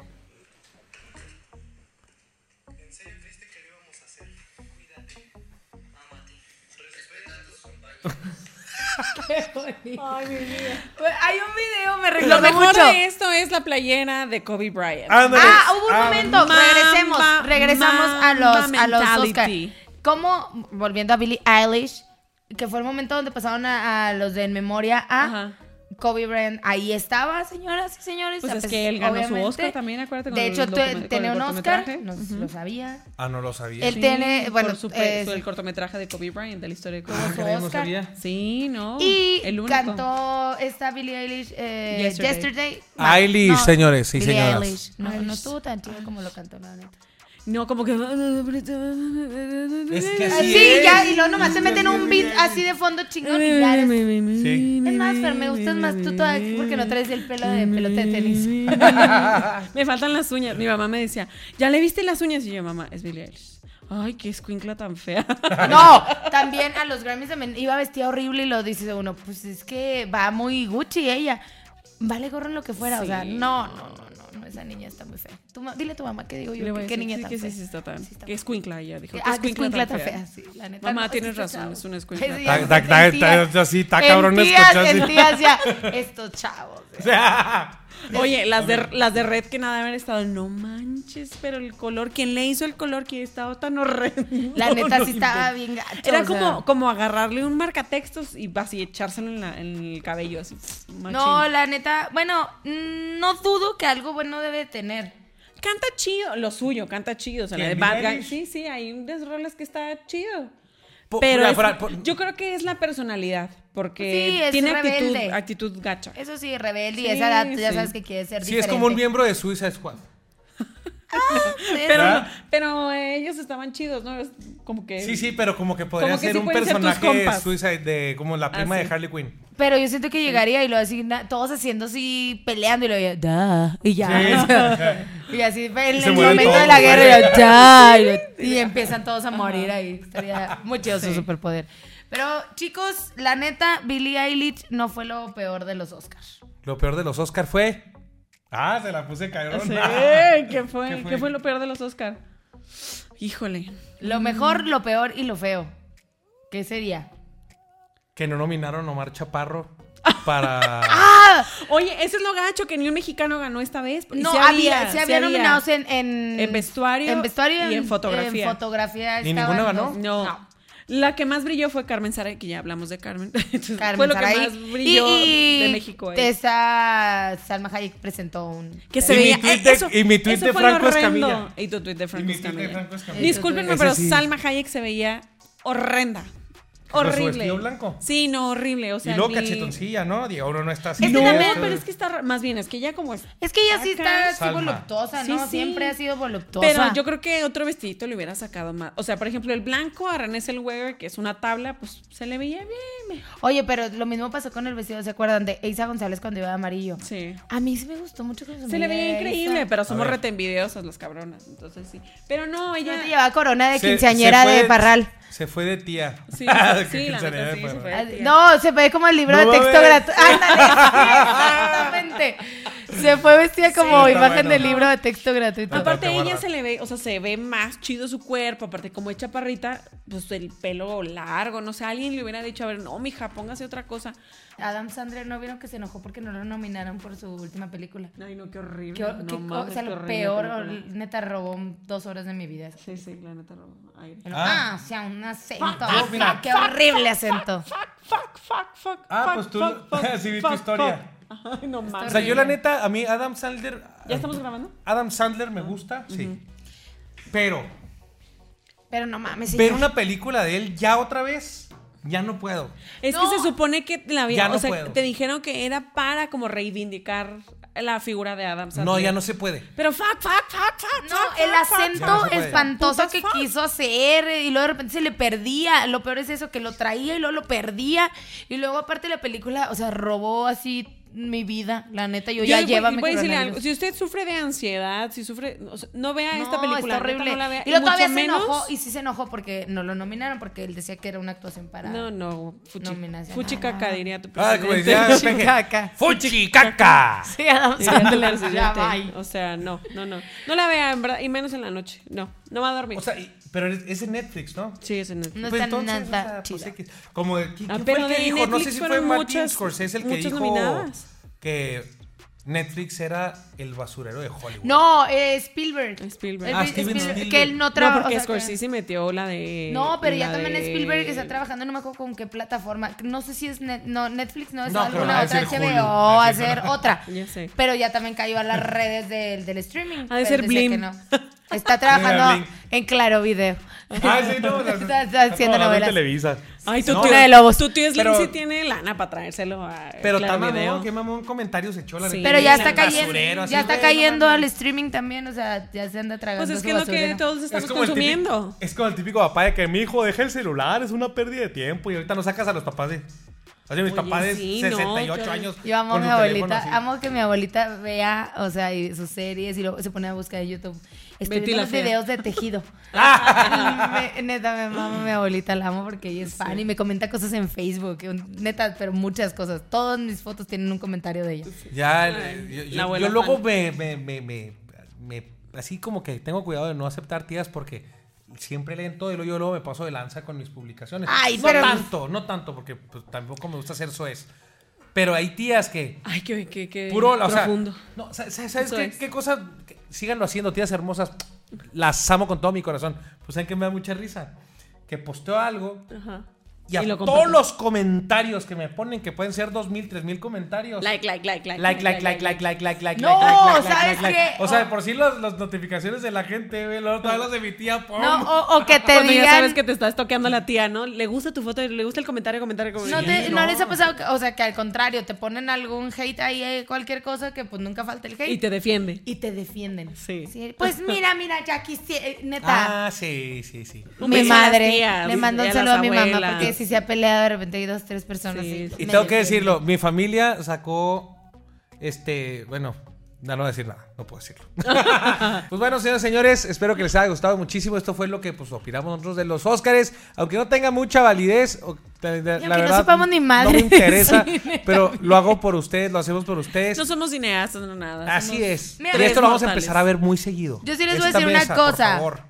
Speaker 4: Pues, Hay un video, me
Speaker 3: Lo
Speaker 4: recordó
Speaker 3: mejor
Speaker 4: mucho.
Speaker 3: de esto es la playera de Kobe Bryant.
Speaker 2: Ándale.
Speaker 4: Ah, hubo un
Speaker 2: Ah,
Speaker 4: momento.
Speaker 3: Mamba,
Speaker 4: regresemos. Regresamos a los,
Speaker 3: mamba
Speaker 4: a los Oscar.
Speaker 3: mentality.
Speaker 4: ¿Cómo, volviendo a Billie Eilish, que fue el momento donde pasaron a, a los de En Memoria a
Speaker 3: Ajá.
Speaker 4: Kobe Bryant? Ahí estaba, señoras y señores.
Speaker 3: Pues
Speaker 4: O sea,
Speaker 3: es que él ganó su
Speaker 4: obviamente.
Speaker 3: Oscar también, acuérdate, con
Speaker 4: De
Speaker 3: el
Speaker 4: hecho, te-
Speaker 3: documen- con el
Speaker 4: tenía un Oscar.
Speaker 3: cortometraje.
Speaker 4: No lo sabía.
Speaker 2: Ah, no lo sabía.
Speaker 4: Él
Speaker 3: Sí,
Speaker 4: tiene, bueno,
Speaker 3: por su,
Speaker 4: eh,
Speaker 3: su- el cortometraje de Kobe Bryant, de la historia de Kobe.
Speaker 2: Ah, caray, no
Speaker 4: Oscar.
Speaker 2: sabía.
Speaker 3: Sí, no.
Speaker 4: y
Speaker 3: Oh, el único.
Speaker 4: cantó esta Billie Eilish eh,
Speaker 3: Yesterday.
Speaker 4: Yesterday.
Speaker 2: Eilish, señores y
Speaker 4: Billie
Speaker 2: señoras.
Speaker 4: Eilish. No, no
Speaker 3: Eilish.
Speaker 4: estuvo tan chido como lo cantó, la neta.
Speaker 3: No, como que.
Speaker 2: Es que
Speaker 4: Ah,
Speaker 2: así
Speaker 4: Sí,
Speaker 2: es.
Speaker 4: ya, y luego nomás se meten un beat así de fondo chingón y ya eres-
Speaker 2: Sí.
Speaker 4: Es más, pero me gustas más tú todavía porque no traes el pelo de pelota de tenis.
Speaker 3: me faltan las uñas. Mi mamá me decía, ¿ya le viste las uñas? Y yo, mamá, es Billie Eilish. Ay, qué escuincla tan fea.
Speaker 4: No, también a los Grammys también iba vestida horrible y lo dice uno, pues es que va muy Gucci ella. Vale gorro en lo que fuera. O sea,
Speaker 3: Sí.
Speaker 4: no, no, no, no, no, esa niña está muy fea. Tú, ma- dile a tu mamá que digo yo.
Speaker 3: Le voy
Speaker 4: que-
Speaker 3: a
Speaker 4: ¿Qué
Speaker 3: decir,
Speaker 4: niña
Speaker 3: sí,
Speaker 4: tan
Speaker 3: que
Speaker 4: fea?
Speaker 3: sí, sí está tan.
Speaker 4: Sí está
Speaker 3: que es cuincla ella, dijo.
Speaker 4: Ah,
Speaker 3: que es
Speaker 4: que
Speaker 3: cuincla
Speaker 4: escuincla
Speaker 3: tan fea.
Speaker 4: sí, la neta,
Speaker 3: Mamá,
Speaker 4: no,
Speaker 3: tienes
Speaker 4: estos
Speaker 3: razón,
Speaker 4: chavos.
Speaker 3: es una escuincla.
Speaker 4: Ese
Speaker 2: Ta-
Speaker 4: ya
Speaker 2: ta-
Speaker 4: no
Speaker 2: ta-
Speaker 4: se sentía.
Speaker 2: ta- así, ta
Speaker 4: En
Speaker 2: cabrón,
Speaker 4: tías,
Speaker 2: escuchas,
Speaker 4: en
Speaker 2: sí.
Speaker 4: tías ya, ah, estos chavos. eh.
Speaker 3: Oye, las de, las de red que nada haber estado, no manches, pero el color, ¿quién le hizo el color que estaba tan horrendo?
Speaker 4: La neta
Speaker 3: No
Speaker 4: sí estaba
Speaker 3: inventes.
Speaker 4: bien gacho.
Speaker 3: Era
Speaker 4: o
Speaker 3: como,
Speaker 4: sea.
Speaker 3: como agarrarle un marcatextos y así echárselo en, la- en el cabello, así. pss, machín.
Speaker 4: No, la neta, bueno, mm, no dudo que algo bueno debe de tener.
Speaker 3: Canta chido, lo suyo, canta chido. O sea, la de
Speaker 2: ¿Quién,
Speaker 3: Bad
Speaker 2: Billie
Speaker 3: Guy.
Speaker 2: Eilish?
Speaker 3: Sí, sí, hay unos roles que está chido.
Speaker 2: Po-
Speaker 3: Pero
Speaker 2: por-
Speaker 3: es-
Speaker 2: por- por-
Speaker 3: yo creo que es la personalidad, porque
Speaker 4: Sí, es
Speaker 3: tiene actitud,
Speaker 4: rebelde.
Speaker 3: actitud gacha.
Speaker 4: Eso sí, rebelde y
Speaker 3: Sí,
Speaker 4: esa edad, tú ya
Speaker 3: sí.
Speaker 4: sabes que quiere ser
Speaker 2: Sí,
Speaker 4: diferente.
Speaker 2: es como un miembro de Suiza Squad.
Speaker 3: Pero,
Speaker 2: ¿verdad?
Speaker 3: pero ellos estaban chidos, ¿no? Es como que...
Speaker 2: Sí, sí, pero como que podría
Speaker 3: Como que
Speaker 2: ser
Speaker 3: sí
Speaker 2: un
Speaker 3: pueden ser tus
Speaker 2: personaje
Speaker 3: compas.
Speaker 2: Suicide de como la prima
Speaker 3: Ah, sí.
Speaker 2: de Harley Quinn.
Speaker 4: Pero yo siento que llegaría y lo así, na- todos haciendo así, peleando y lo veía, da, y ya.
Speaker 2: Sí.
Speaker 4: o sea, y así, en
Speaker 2: se
Speaker 4: el
Speaker 2: mueven
Speaker 4: momento
Speaker 2: todos,
Speaker 4: de la
Speaker 2: ¿no?
Speaker 4: guerra, y yo, ya. Y, lo- y empiezan todos a morir ahí. Estaría muy chido su superpoder. Pero chicos, la neta, Billie Eilish no fue lo peor de los Oscars.
Speaker 2: Lo peor de los Oscar fue. Ah, se la puse cabrón.
Speaker 3: Sí, ¿qué fue? ¿Qué
Speaker 2: ¿Qué
Speaker 3: fue?
Speaker 2: fue?
Speaker 3: lo peor de los Oscar? Híjole.
Speaker 4: Lo mejor, lo peor y lo feo. ¿Qué sería?
Speaker 2: Que no nominaron a Omar Chaparro para.
Speaker 4: Ah,
Speaker 3: Oye, ese es lo gacho que ni un mexicano ganó esta vez. Y
Speaker 4: No,
Speaker 3: sí
Speaker 4: había, sí
Speaker 3: sí
Speaker 4: había nominados en, en,
Speaker 3: En vestuario
Speaker 4: Mm, en vestuario
Speaker 3: y en fotografía.
Speaker 4: En fotografía
Speaker 2: Ni
Speaker 4: estaban
Speaker 2: ninguna ganó.
Speaker 4: dos.
Speaker 3: No. La que más brilló fue Carmen Saray, que ya hablamos de Carmen. Entonces,
Speaker 4: Carmen
Speaker 3: fue lo
Speaker 4: Saray.
Speaker 3: que más brilló
Speaker 4: Y- y
Speaker 3: de México. ahí.
Speaker 4: Esa Salma Hayek presentó un.
Speaker 3: Que se
Speaker 2: Y mi
Speaker 3: veía.
Speaker 2: tuit
Speaker 3: eh,
Speaker 2: de-
Speaker 3: eso-
Speaker 2: y mi tuit
Speaker 3: eso
Speaker 2: de
Speaker 3: fue lo
Speaker 2: Franco
Speaker 3: horrendo.
Speaker 2: Escamilla.
Speaker 3: Y tu tuit de Franco
Speaker 2: mi tuit de
Speaker 3: Escamilla.
Speaker 2: Franco Escamilla.
Speaker 3: Discúlpenme,
Speaker 2: Ese
Speaker 3: pero
Speaker 2: sí.
Speaker 3: Salma Hayek se veía horrenda.
Speaker 2: Con su
Speaker 3: Horrible.
Speaker 2: vestido blanco.
Speaker 3: Sí, no, horrible. O sea,
Speaker 2: y luego
Speaker 3: ni-
Speaker 2: cachetoncilla, ¿no? Digo, uno no está así.
Speaker 4: Es que
Speaker 3: No,
Speaker 4: también-
Speaker 3: pero es que está. ra- Más bien, es que ya como es.
Speaker 4: Es que ella sí está
Speaker 3: Acá.
Speaker 4: así
Speaker 2: Salma.
Speaker 4: voluptuosa,
Speaker 3: Sí,
Speaker 4: ¿no?
Speaker 3: sí.
Speaker 4: Siempre ha sido voluptuosa.
Speaker 3: Pero yo creo que otro vestidito le hubiera sacado más. O sea, por ejemplo, el blanco a René Selweger, que es una tabla, pues se le veía bien.
Speaker 4: Oye, pero lo mismo pasó con el vestido, ¿se acuerdan? De Eiza González cuando iba de amarillo.
Speaker 3: Sí.
Speaker 4: A mí sí me gustó mucho que
Speaker 3: Se le veía increíble, pero somos
Speaker 2: ver.
Speaker 3: retenvideosas las cabronas. Entonces sí. Pero no,
Speaker 4: Ella te
Speaker 3: ella.
Speaker 4: llevaba corona de
Speaker 2: Se- se
Speaker 4: quinceañera
Speaker 2: fue
Speaker 4: de Parral.
Speaker 2: Se fue de tía.
Speaker 3: Sí, sí, la
Speaker 2: Quinceañera
Speaker 3: neta,
Speaker 2: de
Speaker 3: sí, se
Speaker 2: Parral.
Speaker 3: fue. Ay, tía.
Speaker 4: Ah, No, se ve como el libro
Speaker 2: No
Speaker 4: de
Speaker 2: va a
Speaker 4: texto
Speaker 2: haber.
Speaker 4: gratuito. Ándale, exactamente. Se fue vestida como
Speaker 2: Sí, está
Speaker 4: imagen
Speaker 2: bueno.
Speaker 4: del libro de texto gratuito.
Speaker 3: Aparte,
Speaker 2: te voy a
Speaker 3: ella
Speaker 2: guardar.
Speaker 3: se le ve, o sea, se ve más chido su cuerpo. Aparte, como es chaparrita, pues el pelo largo, no sé, alguien le hubiera dicho, a ver, no, mija, póngase otra cosa.
Speaker 4: Adam Sandler no vieron que se enojó porque no lo nominaron por su última película.
Speaker 3: Ay, no, qué horrible.
Speaker 4: Qué-
Speaker 3: no,
Speaker 4: qué co-
Speaker 3: mames,
Speaker 4: o sea,
Speaker 3: qué
Speaker 4: lo
Speaker 3: horrible
Speaker 4: peor,
Speaker 3: película.
Speaker 4: ol- neta, robó dos horas de mi vida.
Speaker 3: Sí, sí, la neta robó aire.
Speaker 4: Pero, ah.
Speaker 2: Ah.
Speaker 4: o sea, un acento.
Speaker 2: Yo, mira.
Speaker 4: ah, qué horrible acento.
Speaker 3: Fuck, fuck, fuck, fuck.
Speaker 2: Ah,
Speaker 3: fuck,
Speaker 2: pues tú-
Speaker 3: fuck, fuck,
Speaker 2: sí vi tu
Speaker 3: fuck,
Speaker 2: historia.
Speaker 3: fuck. Ay, no mames.
Speaker 2: O sea, yo la neta, a mí Adam Sandler.
Speaker 3: ¿Ya estamos grabando? Ah,
Speaker 2: Adam Sandler me gusta, sí. Pero,
Speaker 4: Pero no mames. sí.
Speaker 2: ver una película de él ya otra vez, ya no puedo.
Speaker 3: Es
Speaker 4: No.
Speaker 3: que se supone que la había-
Speaker 2: Ya no
Speaker 3: o sea,
Speaker 2: puedo.
Speaker 3: te dijeron que era para como reivindicar la figura de Adam Sandler.
Speaker 2: No, ya no se puede.
Speaker 3: Pero fuck, fuck, fuck, fuck.
Speaker 4: No,
Speaker 3: fuck,
Speaker 4: el
Speaker 3: fuck, fuck,
Speaker 4: acento
Speaker 2: Ya no se puede.
Speaker 4: espantoso
Speaker 3: Putas
Speaker 4: que
Speaker 3: fuck.
Speaker 4: quiso hacer eh, y luego de repente se le perdía. Lo peor es eso, que lo traía y luego lo perdía. Y luego aparte la película, o sea, robó así mi vida. La neta, yo, ya
Speaker 3: le voy-
Speaker 4: llévame.
Speaker 3: le voy a decirle
Speaker 4: coronavirus.
Speaker 3: algo. Si usted sufre de ansiedad, si sufre. o sea, no vea esta
Speaker 4: No,
Speaker 3: película.
Speaker 4: está
Speaker 3: neta,
Speaker 4: horrible.
Speaker 3: No la vea.
Speaker 4: y luego
Speaker 3: mucho
Speaker 4: todavía
Speaker 3: menos-
Speaker 4: se enojó y sí se enojó porque no lo nominaron porque él decía que era una actuación para
Speaker 3: No, no. Fuchi,
Speaker 4: Nominación.
Speaker 3: fuchi caca, diría tu
Speaker 2: Ah, como
Speaker 3: presidente.
Speaker 2: decía Peje,
Speaker 4: Caca.
Speaker 2: ¡Fuchicaca!
Speaker 4: Sí,
Speaker 3: Diría
Speaker 4: Adam
Speaker 3: tu
Speaker 4: Sandler, ya
Speaker 3: presidente.
Speaker 4: bye.
Speaker 3: O sea, no, no, no. No la vea, en verdad, y menos en la noche. No, no va a dormir.
Speaker 2: O sea, y- pero es es en Netflix, ¿no?
Speaker 3: sí, es en el.
Speaker 4: No está nada
Speaker 2: pues,
Speaker 4: chida.
Speaker 2: X. como, ¿quién, quién
Speaker 3: Ah,
Speaker 2: fue
Speaker 3: pero
Speaker 2: el que
Speaker 3: de
Speaker 2: dijo? no sé
Speaker 3: Netflix
Speaker 2: si fue
Speaker 3: fueron
Speaker 2: Martin
Speaker 3: muchas-
Speaker 2: Scorsese el que
Speaker 3: muchas
Speaker 2: dijo
Speaker 3: nominadas.
Speaker 2: que Netflix era el basurero de Hollywood.
Speaker 4: No, eh, Spielberg.
Speaker 3: Spielberg.
Speaker 4: El-
Speaker 2: Ah, Steven Spielberg.
Speaker 4: Que él no
Speaker 3: No,
Speaker 4: trabaja.
Speaker 3: porque Scorsese metió la de.
Speaker 4: No, pero ya
Speaker 3: la
Speaker 4: también
Speaker 3: de-
Speaker 4: Spielberg está trabajando, no me acuerdo con qué plataforma. No sé si es Net- no, Netflix, no es
Speaker 2: No, pero
Speaker 4: alguna
Speaker 2: va a
Speaker 4: otra
Speaker 2: ser Hulu. Ah,
Speaker 4: HBO, va a
Speaker 2: Así es,
Speaker 4: ser otra.
Speaker 3: Ya sé.
Speaker 4: Pero ya también cayó a las redes del, del streaming.
Speaker 3: Ha de
Speaker 4: pero
Speaker 3: ser
Speaker 4: decía
Speaker 3: Blim.
Speaker 4: que no. Está trabajando
Speaker 2: Blim.
Speaker 4: en Claro Video.
Speaker 2: Ah, sí, no. la-
Speaker 4: Está- está haciendo
Speaker 2: no, la de
Speaker 4: novelas.
Speaker 2: Televisa.
Speaker 3: Ay, tú
Speaker 2: No,
Speaker 3: tío,
Speaker 4: Una de lobos.
Speaker 3: Tu tío Slim
Speaker 2: Pero-
Speaker 3: sí tiene lana para traérselo a.
Speaker 2: Pero
Speaker 3: Claro
Speaker 2: está
Speaker 3: Video.
Speaker 2: mamón, qué mamón comentario se echó la
Speaker 3: Sí.
Speaker 2: neta.
Speaker 4: Pero ya
Speaker 3: Sí,
Speaker 4: está
Speaker 3: el
Speaker 2: basurero,
Speaker 4: cayendo,
Speaker 2: así,
Speaker 4: ya está
Speaker 2: güey, no
Speaker 4: cayendo
Speaker 2: mames.
Speaker 4: al streaming también, o sea, ya se anda tragando
Speaker 3: Pues es
Speaker 4: su
Speaker 3: que es lo que
Speaker 4: basurero.
Speaker 3: todos estamos
Speaker 2: el típico-
Speaker 3: consumiendo.
Speaker 2: es como el típico papá de que mi hijo deje el celular, es una pérdida de tiempo y ahorita no sacas a los papás de... O sea, mis
Speaker 3: Oye,
Speaker 2: papás de
Speaker 3: sí, no,
Speaker 2: 68
Speaker 3: qué
Speaker 2: años.
Speaker 4: Yo amo a
Speaker 2: con
Speaker 4: mi
Speaker 2: su teléfono
Speaker 4: abuelita,
Speaker 2: así.
Speaker 4: amo que mi abuelita vea, o sea, y sus series y luego se pone a buscar en YouTube. Estoy
Speaker 3: Betty
Speaker 4: viendo
Speaker 3: la
Speaker 4: los
Speaker 3: Fea.
Speaker 4: videos de tejido. Me- neta, me mama mi abuelita, la amo porque ella es fan y me comenta cosas en Facebook. un- Neta, pero muchas cosas. Todas mis fotos tienen un comentario de ella.
Speaker 2: Ya,
Speaker 3: Ay,
Speaker 2: yo,
Speaker 3: la
Speaker 2: yo-
Speaker 3: abuela
Speaker 2: yo luego
Speaker 3: fan.
Speaker 2: me, me, me, me- me- Así como que tengo cuidado de no aceptar tías porque siempre lento y luego yo luego me paso de lanza con mis publicaciones.
Speaker 4: Ay,
Speaker 2: no
Speaker 4: pero-
Speaker 2: tanto, no tanto, porque pues, tampoco me gusta hacer soez. Pero hay tías que.
Speaker 3: Ay, qué, qué, qué
Speaker 2: Puro, o sea,
Speaker 3: profundo.
Speaker 2: no, sa- sa- ¿Sabes
Speaker 3: Eso
Speaker 2: qué,
Speaker 3: es.
Speaker 2: qué cosa? Que- Síganlo haciendo, tías hermosas. Las amo con todo mi corazón. Pues saben que me da mucha risa. Que posteo algo
Speaker 3: Ajá.
Speaker 2: y a
Speaker 3: Y lo
Speaker 2: todos
Speaker 3: comparten.
Speaker 2: los comentarios que me ponen, que pueden ser 2.000, 3.000 comentarios.
Speaker 3: Like, like, like, like.
Speaker 2: Like, like, like, like, like, like, like,
Speaker 4: No,
Speaker 2: like, like, like,
Speaker 4: ¿sabes
Speaker 2: like, like.
Speaker 4: qué?
Speaker 2: O sea, de
Speaker 4: Oh.
Speaker 2: por sí las las notificaciones de la gente, güey, luego todas las de mi tía, pum.
Speaker 4: No, o, o que te
Speaker 3: Oh. Cuando ya
Speaker 4: digan.
Speaker 3: sabes que te estás toqueando la tía, ¿no? Le gusta tu foto, le gusta el comentario, comentario,
Speaker 4: No,
Speaker 3: comentario.
Speaker 4: te- no les ha pasado, que- o sea, que al contrario, te ponen algún hate ahí, eh, cualquier cosa, que pues nunca falta el hate.
Speaker 3: Y te defiende.
Speaker 4: y te defienden.
Speaker 3: Sí.
Speaker 4: Pues mira, mira, Jackie, sí, eh, neta.
Speaker 2: Ah, sí, sí, sí.
Speaker 3: Un
Speaker 4: mi
Speaker 3: beso a las
Speaker 4: madre
Speaker 3: tías,
Speaker 4: le mandó
Speaker 3: y
Speaker 4: un
Speaker 3: a las
Speaker 4: saludo a mi mamá
Speaker 3: abuelas.
Speaker 4: porque si se ha peleado de repente hay dos, tres personas.
Speaker 3: Sí,
Speaker 4: y
Speaker 3: sí.
Speaker 2: Y
Speaker 4: me
Speaker 2: tengo que
Speaker 4: defienden.
Speaker 2: decirlo, mi familia sacó este, bueno, no, no voy a decir nada, no puedo decirlo. pues bueno, señores, señores, espero que les haya gustado muchísimo. Esto fue lo que pues opinamos nosotros de los Óscares, aunque no tenga mucha validez, o- la, la-
Speaker 4: aunque
Speaker 2: la
Speaker 4: no
Speaker 2: verdad
Speaker 4: sepamos ni
Speaker 2: no
Speaker 4: madre.
Speaker 2: me interesa,
Speaker 4: Sí, neta.
Speaker 2: pero lo hago por ustedes, lo hacemos por ustedes.
Speaker 3: No somos cineastas, no nada.
Speaker 2: Así es.
Speaker 4: Mira,
Speaker 2: y esto lo vamos a
Speaker 3: mortales.
Speaker 2: empezar a ver muy seguido.
Speaker 4: Yo sí les voy a
Speaker 2: Esta
Speaker 4: decir una
Speaker 2: mesa, por
Speaker 4: cosa.
Speaker 2: favor.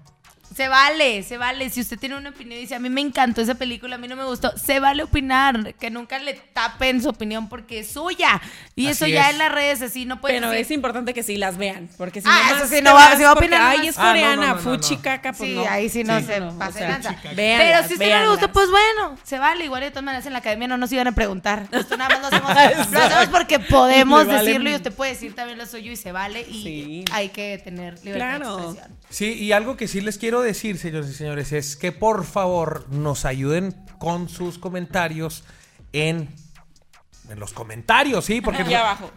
Speaker 4: Se vale, se vale. Si usted tiene una opinión y dice, a mí me encantó esa película, a mí no me gustó, se vale opinar. Que nunca le tapen su opinión porque es suya. Y eso
Speaker 2: Así
Speaker 4: ya
Speaker 2: es.
Speaker 4: en las redes así no puede
Speaker 3: Pero
Speaker 4: decir,
Speaker 3: es importante que sí las vean, porque si
Speaker 4: Pues Ah,
Speaker 3: nomás
Speaker 4: eso sí,
Speaker 3: te
Speaker 4: no va-
Speaker 3: vas
Speaker 4: sí va a
Speaker 3: porque,
Speaker 4: opinar
Speaker 3: Ay,
Speaker 4: nomás".
Speaker 3: es
Speaker 2: Ah, no,
Speaker 3: coreana,
Speaker 2: no, no, no,
Speaker 3: fuchi
Speaker 2: no.
Speaker 3: caca, pues
Speaker 4: Sí,
Speaker 3: no.
Speaker 4: ahí sí no
Speaker 2: Sí.
Speaker 4: se
Speaker 3: No, o
Speaker 4: pasa de
Speaker 3: sea,
Speaker 4: lanza.
Speaker 3: véanlas,
Speaker 4: Pero si usted no le gustó,
Speaker 3: véanlas.
Speaker 4: pues bueno, se vale. Igual de todas maneras en la academia no nos iban a preguntar. Esto nada más lo hacemos, lo hacemos porque podemos
Speaker 3: Le vale
Speaker 4: decirlo y
Speaker 3: mi-
Speaker 4: usted puede decir también lo suyo y se vale. Y
Speaker 3: Sí.
Speaker 4: hay que tener libertad
Speaker 3: Claro.
Speaker 4: de expresión.
Speaker 2: Sí, y algo que sí les quiero decir, señores y señores, es que por favor nos ayuden con sus comentarios en, en los comentarios, ¿sí? Porque
Speaker 3: Aquí abajo.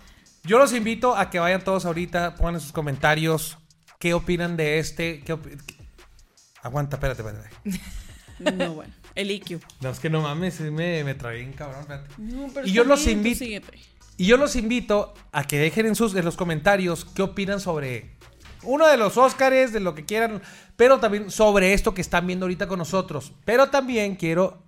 Speaker 2: yo los invito a que vayan todos ahorita, pongan en sus comentarios qué opinan de este. qué opi- qué- Aguanta, espérate, espérate.
Speaker 3: No, bueno. El IQ.
Speaker 2: No, es que no mames, sí me, me trae bien cabrón, espérate.
Speaker 3: No, pero
Speaker 2: y yo
Speaker 3: está
Speaker 2: los
Speaker 3: bien, tú
Speaker 2: invito...
Speaker 3: sigue, pe.
Speaker 2: Y yo los invito a que dejen en, sus, en los comentarios qué opinan sobre uno de los Óscares, de lo que quieran, pero también sobre esto que están viendo ahorita con nosotros. Pero también quiero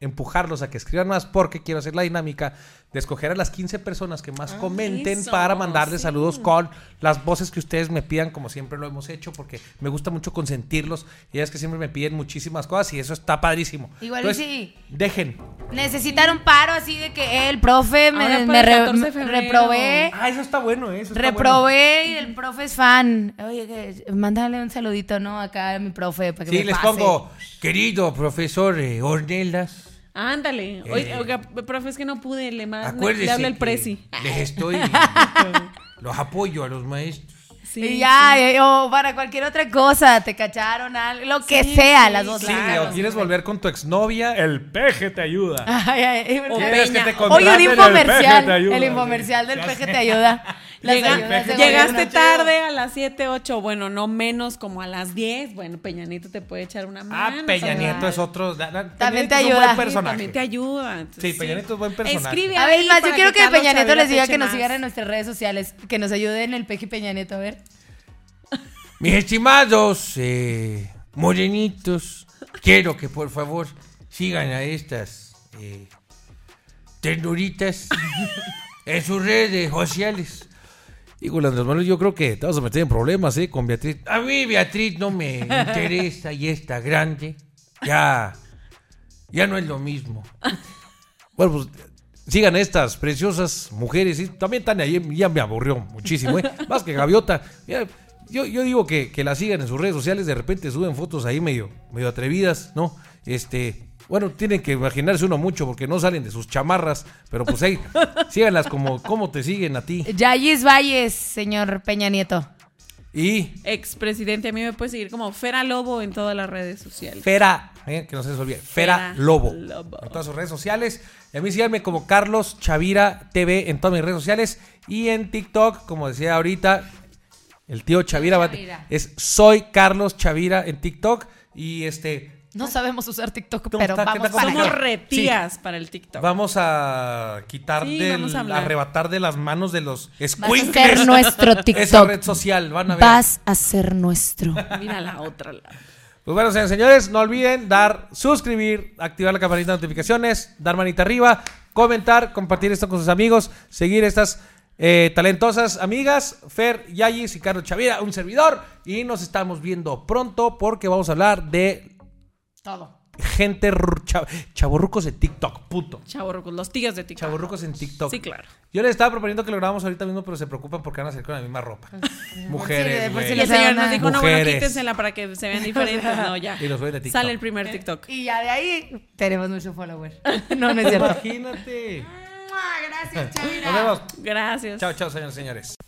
Speaker 2: empujarlos a que escriban más porque quiero hacer la dinámica de escoger a las 15 personas que
Speaker 4: Ah,
Speaker 2: más comenten
Speaker 3: eso,
Speaker 2: para mandarles
Speaker 3: sí.
Speaker 2: saludos con las voces que ustedes me pidan como siempre lo hemos hecho porque me gusta mucho consentirlos y es que siempre me piden muchísimas cosas y eso está padrísimo.
Speaker 4: Igual y sí.
Speaker 2: Dejen.
Speaker 4: Necesitar un paro así de que eh, el profe
Speaker 3: Ahora
Speaker 4: me,
Speaker 3: para el
Speaker 4: me re-
Speaker 3: 14 de
Speaker 4: me
Speaker 3: febrero.
Speaker 4: reprobé.
Speaker 2: Ah, eso está bueno, eso está bueno.
Speaker 4: Reprobé y el profe es fan. Oye, que- mándale un saludito, ¿no? Acá a mi profe para que
Speaker 2: Sí,
Speaker 4: me
Speaker 2: les
Speaker 4: pase.
Speaker 2: pongo, querido profesor eh, Ornelas,
Speaker 3: Ándale. Oye,
Speaker 2: Eh.
Speaker 3: oiga, profe, es que Ah, no pude. Le, ma-
Speaker 2: acuérdese
Speaker 3: le habla el
Speaker 2: que
Speaker 3: presi.
Speaker 2: les estoy, los apoyo a los maestros.
Speaker 3: Sí,
Speaker 4: y ya, eh, o para cualquier otra cosa, te cacharon algo, lo que sea, las dos
Speaker 2: Sí,
Speaker 4: lados.
Speaker 2: o quieres volver con tu exnovia, el peje te ayuda.
Speaker 4: Ay, ay, es verdad.
Speaker 3: ¿Quieres que te
Speaker 4: Oye,
Speaker 2: contraten,
Speaker 4: un
Speaker 2: el PG
Speaker 4: infomercial.
Speaker 2: te ayuda,
Speaker 4: El
Speaker 2: sí.
Speaker 4: infomercial del PG te ayuda. Las
Speaker 3: Llega-
Speaker 4: ayudas de
Speaker 3: llegaste
Speaker 4: gobierno.
Speaker 3: tarde a las 7, 8, bueno, no menos como a las 10. Bueno, Peña Nieto te puede echar una
Speaker 2: Ah,
Speaker 3: mano.
Speaker 2: Peña
Speaker 3: ¿sabes?
Speaker 2: Nieto es otro. da- da- Peña
Speaker 4: También
Speaker 2: Nieto
Speaker 4: te
Speaker 2: es un
Speaker 4: ayuda.
Speaker 2: buen personaje.
Speaker 3: También te ayuda.
Speaker 2: Sí,
Speaker 3: entonces,
Speaker 2: Peña Nieto es buen personaje.
Speaker 3: Escribe
Speaker 4: A ver,
Speaker 3: ahí
Speaker 4: es más, yo
Speaker 3: para
Speaker 4: quiero que
Speaker 3: Carlos
Speaker 4: Peña Nieto
Speaker 3: Chavira
Speaker 4: les
Speaker 3: te
Speaker 4: diga
Speaker 3: eche
Speaker 4: que nos
Speaker 3: más.
Speaker 4: sigan en nuestras redes sociales, que nos ayuden el PG Peña Nieto, a ver.
Speaker 2: Mis estimados eh, morenitos, quiero que por favor sigan a estas eh, ternuritas en sus redes sociales. Digo, Andrés Manuel, yo creo que te vas a meter en problemas, ¿eh? Con Beatriz. A mí Beatriz no me interesa y está grande. Ya, ya no es lo mismo. Bueno, pues sigan estas preciosas mujeres. Y también están ahí, ya me aburrió muchísimo, ¿eh? Más que Gaviota. Ya, yo, yo digo que, que la sigan en sus redes sociales, de repente suben fotos ahí medio, medio atrevidas, ¿no? Este. Bueno, tienen que imaginarse uno mucho porque no salen de sus chamarras, pero pues ahí, síganlas como, como te siguen a ti.
Speaker 4: Yayis Valles, señor Peña Nieto.
Speaker 2: Y
Speaker 3: Expresidente, a mí me puede seguir como Fera Lobo en todas las redes sociales.
Speaker 2: Fera, eh, que no se les olvide, Fera,
Speaker 3: Fera
Speaker 2: Lobo,
Speaker 3: Lobo.
Speaker 2: En todas sus redes sociales. Y a mí síganme como Carlos Chavira TV en todas mis redes sociales. Y en TikTok, como decía ahorita, el tío Chavira, va-
Speaker 4: Chavira.
Speaker 2: es Soy Carlos Chavira en TikTok. Y este.
Speaker 4: No sabemos usar TikTok,
Speaker 2: ¿Cómo
Speaker 4: pero
Speaker 2: está? ¿Qué
Speaker 4: vamos
Speaker 2: tal?
Speaker 4: para
Speaker 2: ¿Cómo
Speaker 3: Somos
Speaker 4: allá.
Speaker 2: está?
Speaker 3: retías para el TikTok.
Speaker 2: Vamos a quitar
Speaker 3: Sí,
Speaker 2: del-
Speaker 3: vamos a hablar.
Speaker 2: arrebatar de las manos de los
Speaker 4: Vas a
Speaker 2: escuincles
Speaker 4: ser nuestro
Speaker 2: esa red
Speaker 4: TikTok.
Speaker 2: social. Van a ver.
Speaker 4: Vas a ser nuestro.
Speaker 3: Mira la otra. la-
Speaker 2: Pues bueno, señores, señores, no olviden dar, suscribir, activar la campanita de notificaciones, dar manita arriba, comentar, compartir esto con sus amigos, seguir estas eh, talentosas amigas, Fer Yayis y Carlos Chavira, un servidor. Y nos estamos viendo pronto porque vamos a hablar de
Speaker 4: Todo.
Speaker 2: gente ru- cha- chavorrucos en TikTok, puto.
Speaker 3: Chavorrucos, los tíos de TikTok.
Speaker 2: Chavorrucos en TikTok.
Speaker 3: Sí, claro.
Speaker 2: Yo les estaba proponiendo que lo grabamos ahorita mismo, pero se preocupan porque van a salir con la misma ropa. Mujeres,
Speaker 4: de por Pues, sí
Speaker 2: güey.
Speaker 3: Y el señor nos dijo, no, bueno,
Speaker 2: Mujeres.
Speaker 3: quítensela para que se vean diferentes. No, ya.
Speaker 2: Y los suben de TikTok.
Speaker 3: Sale el primer TikTok.
Speaker 4: Y ya de ahí tenemos mucho follower. No, no es cierto.
Speaker 2: Imagínate.
Speaker 4: Gracias,
Speaker 2: Nos vemos.
Speaker 3: Gracias.
Speaker 2: Chao, chao, señores, señores.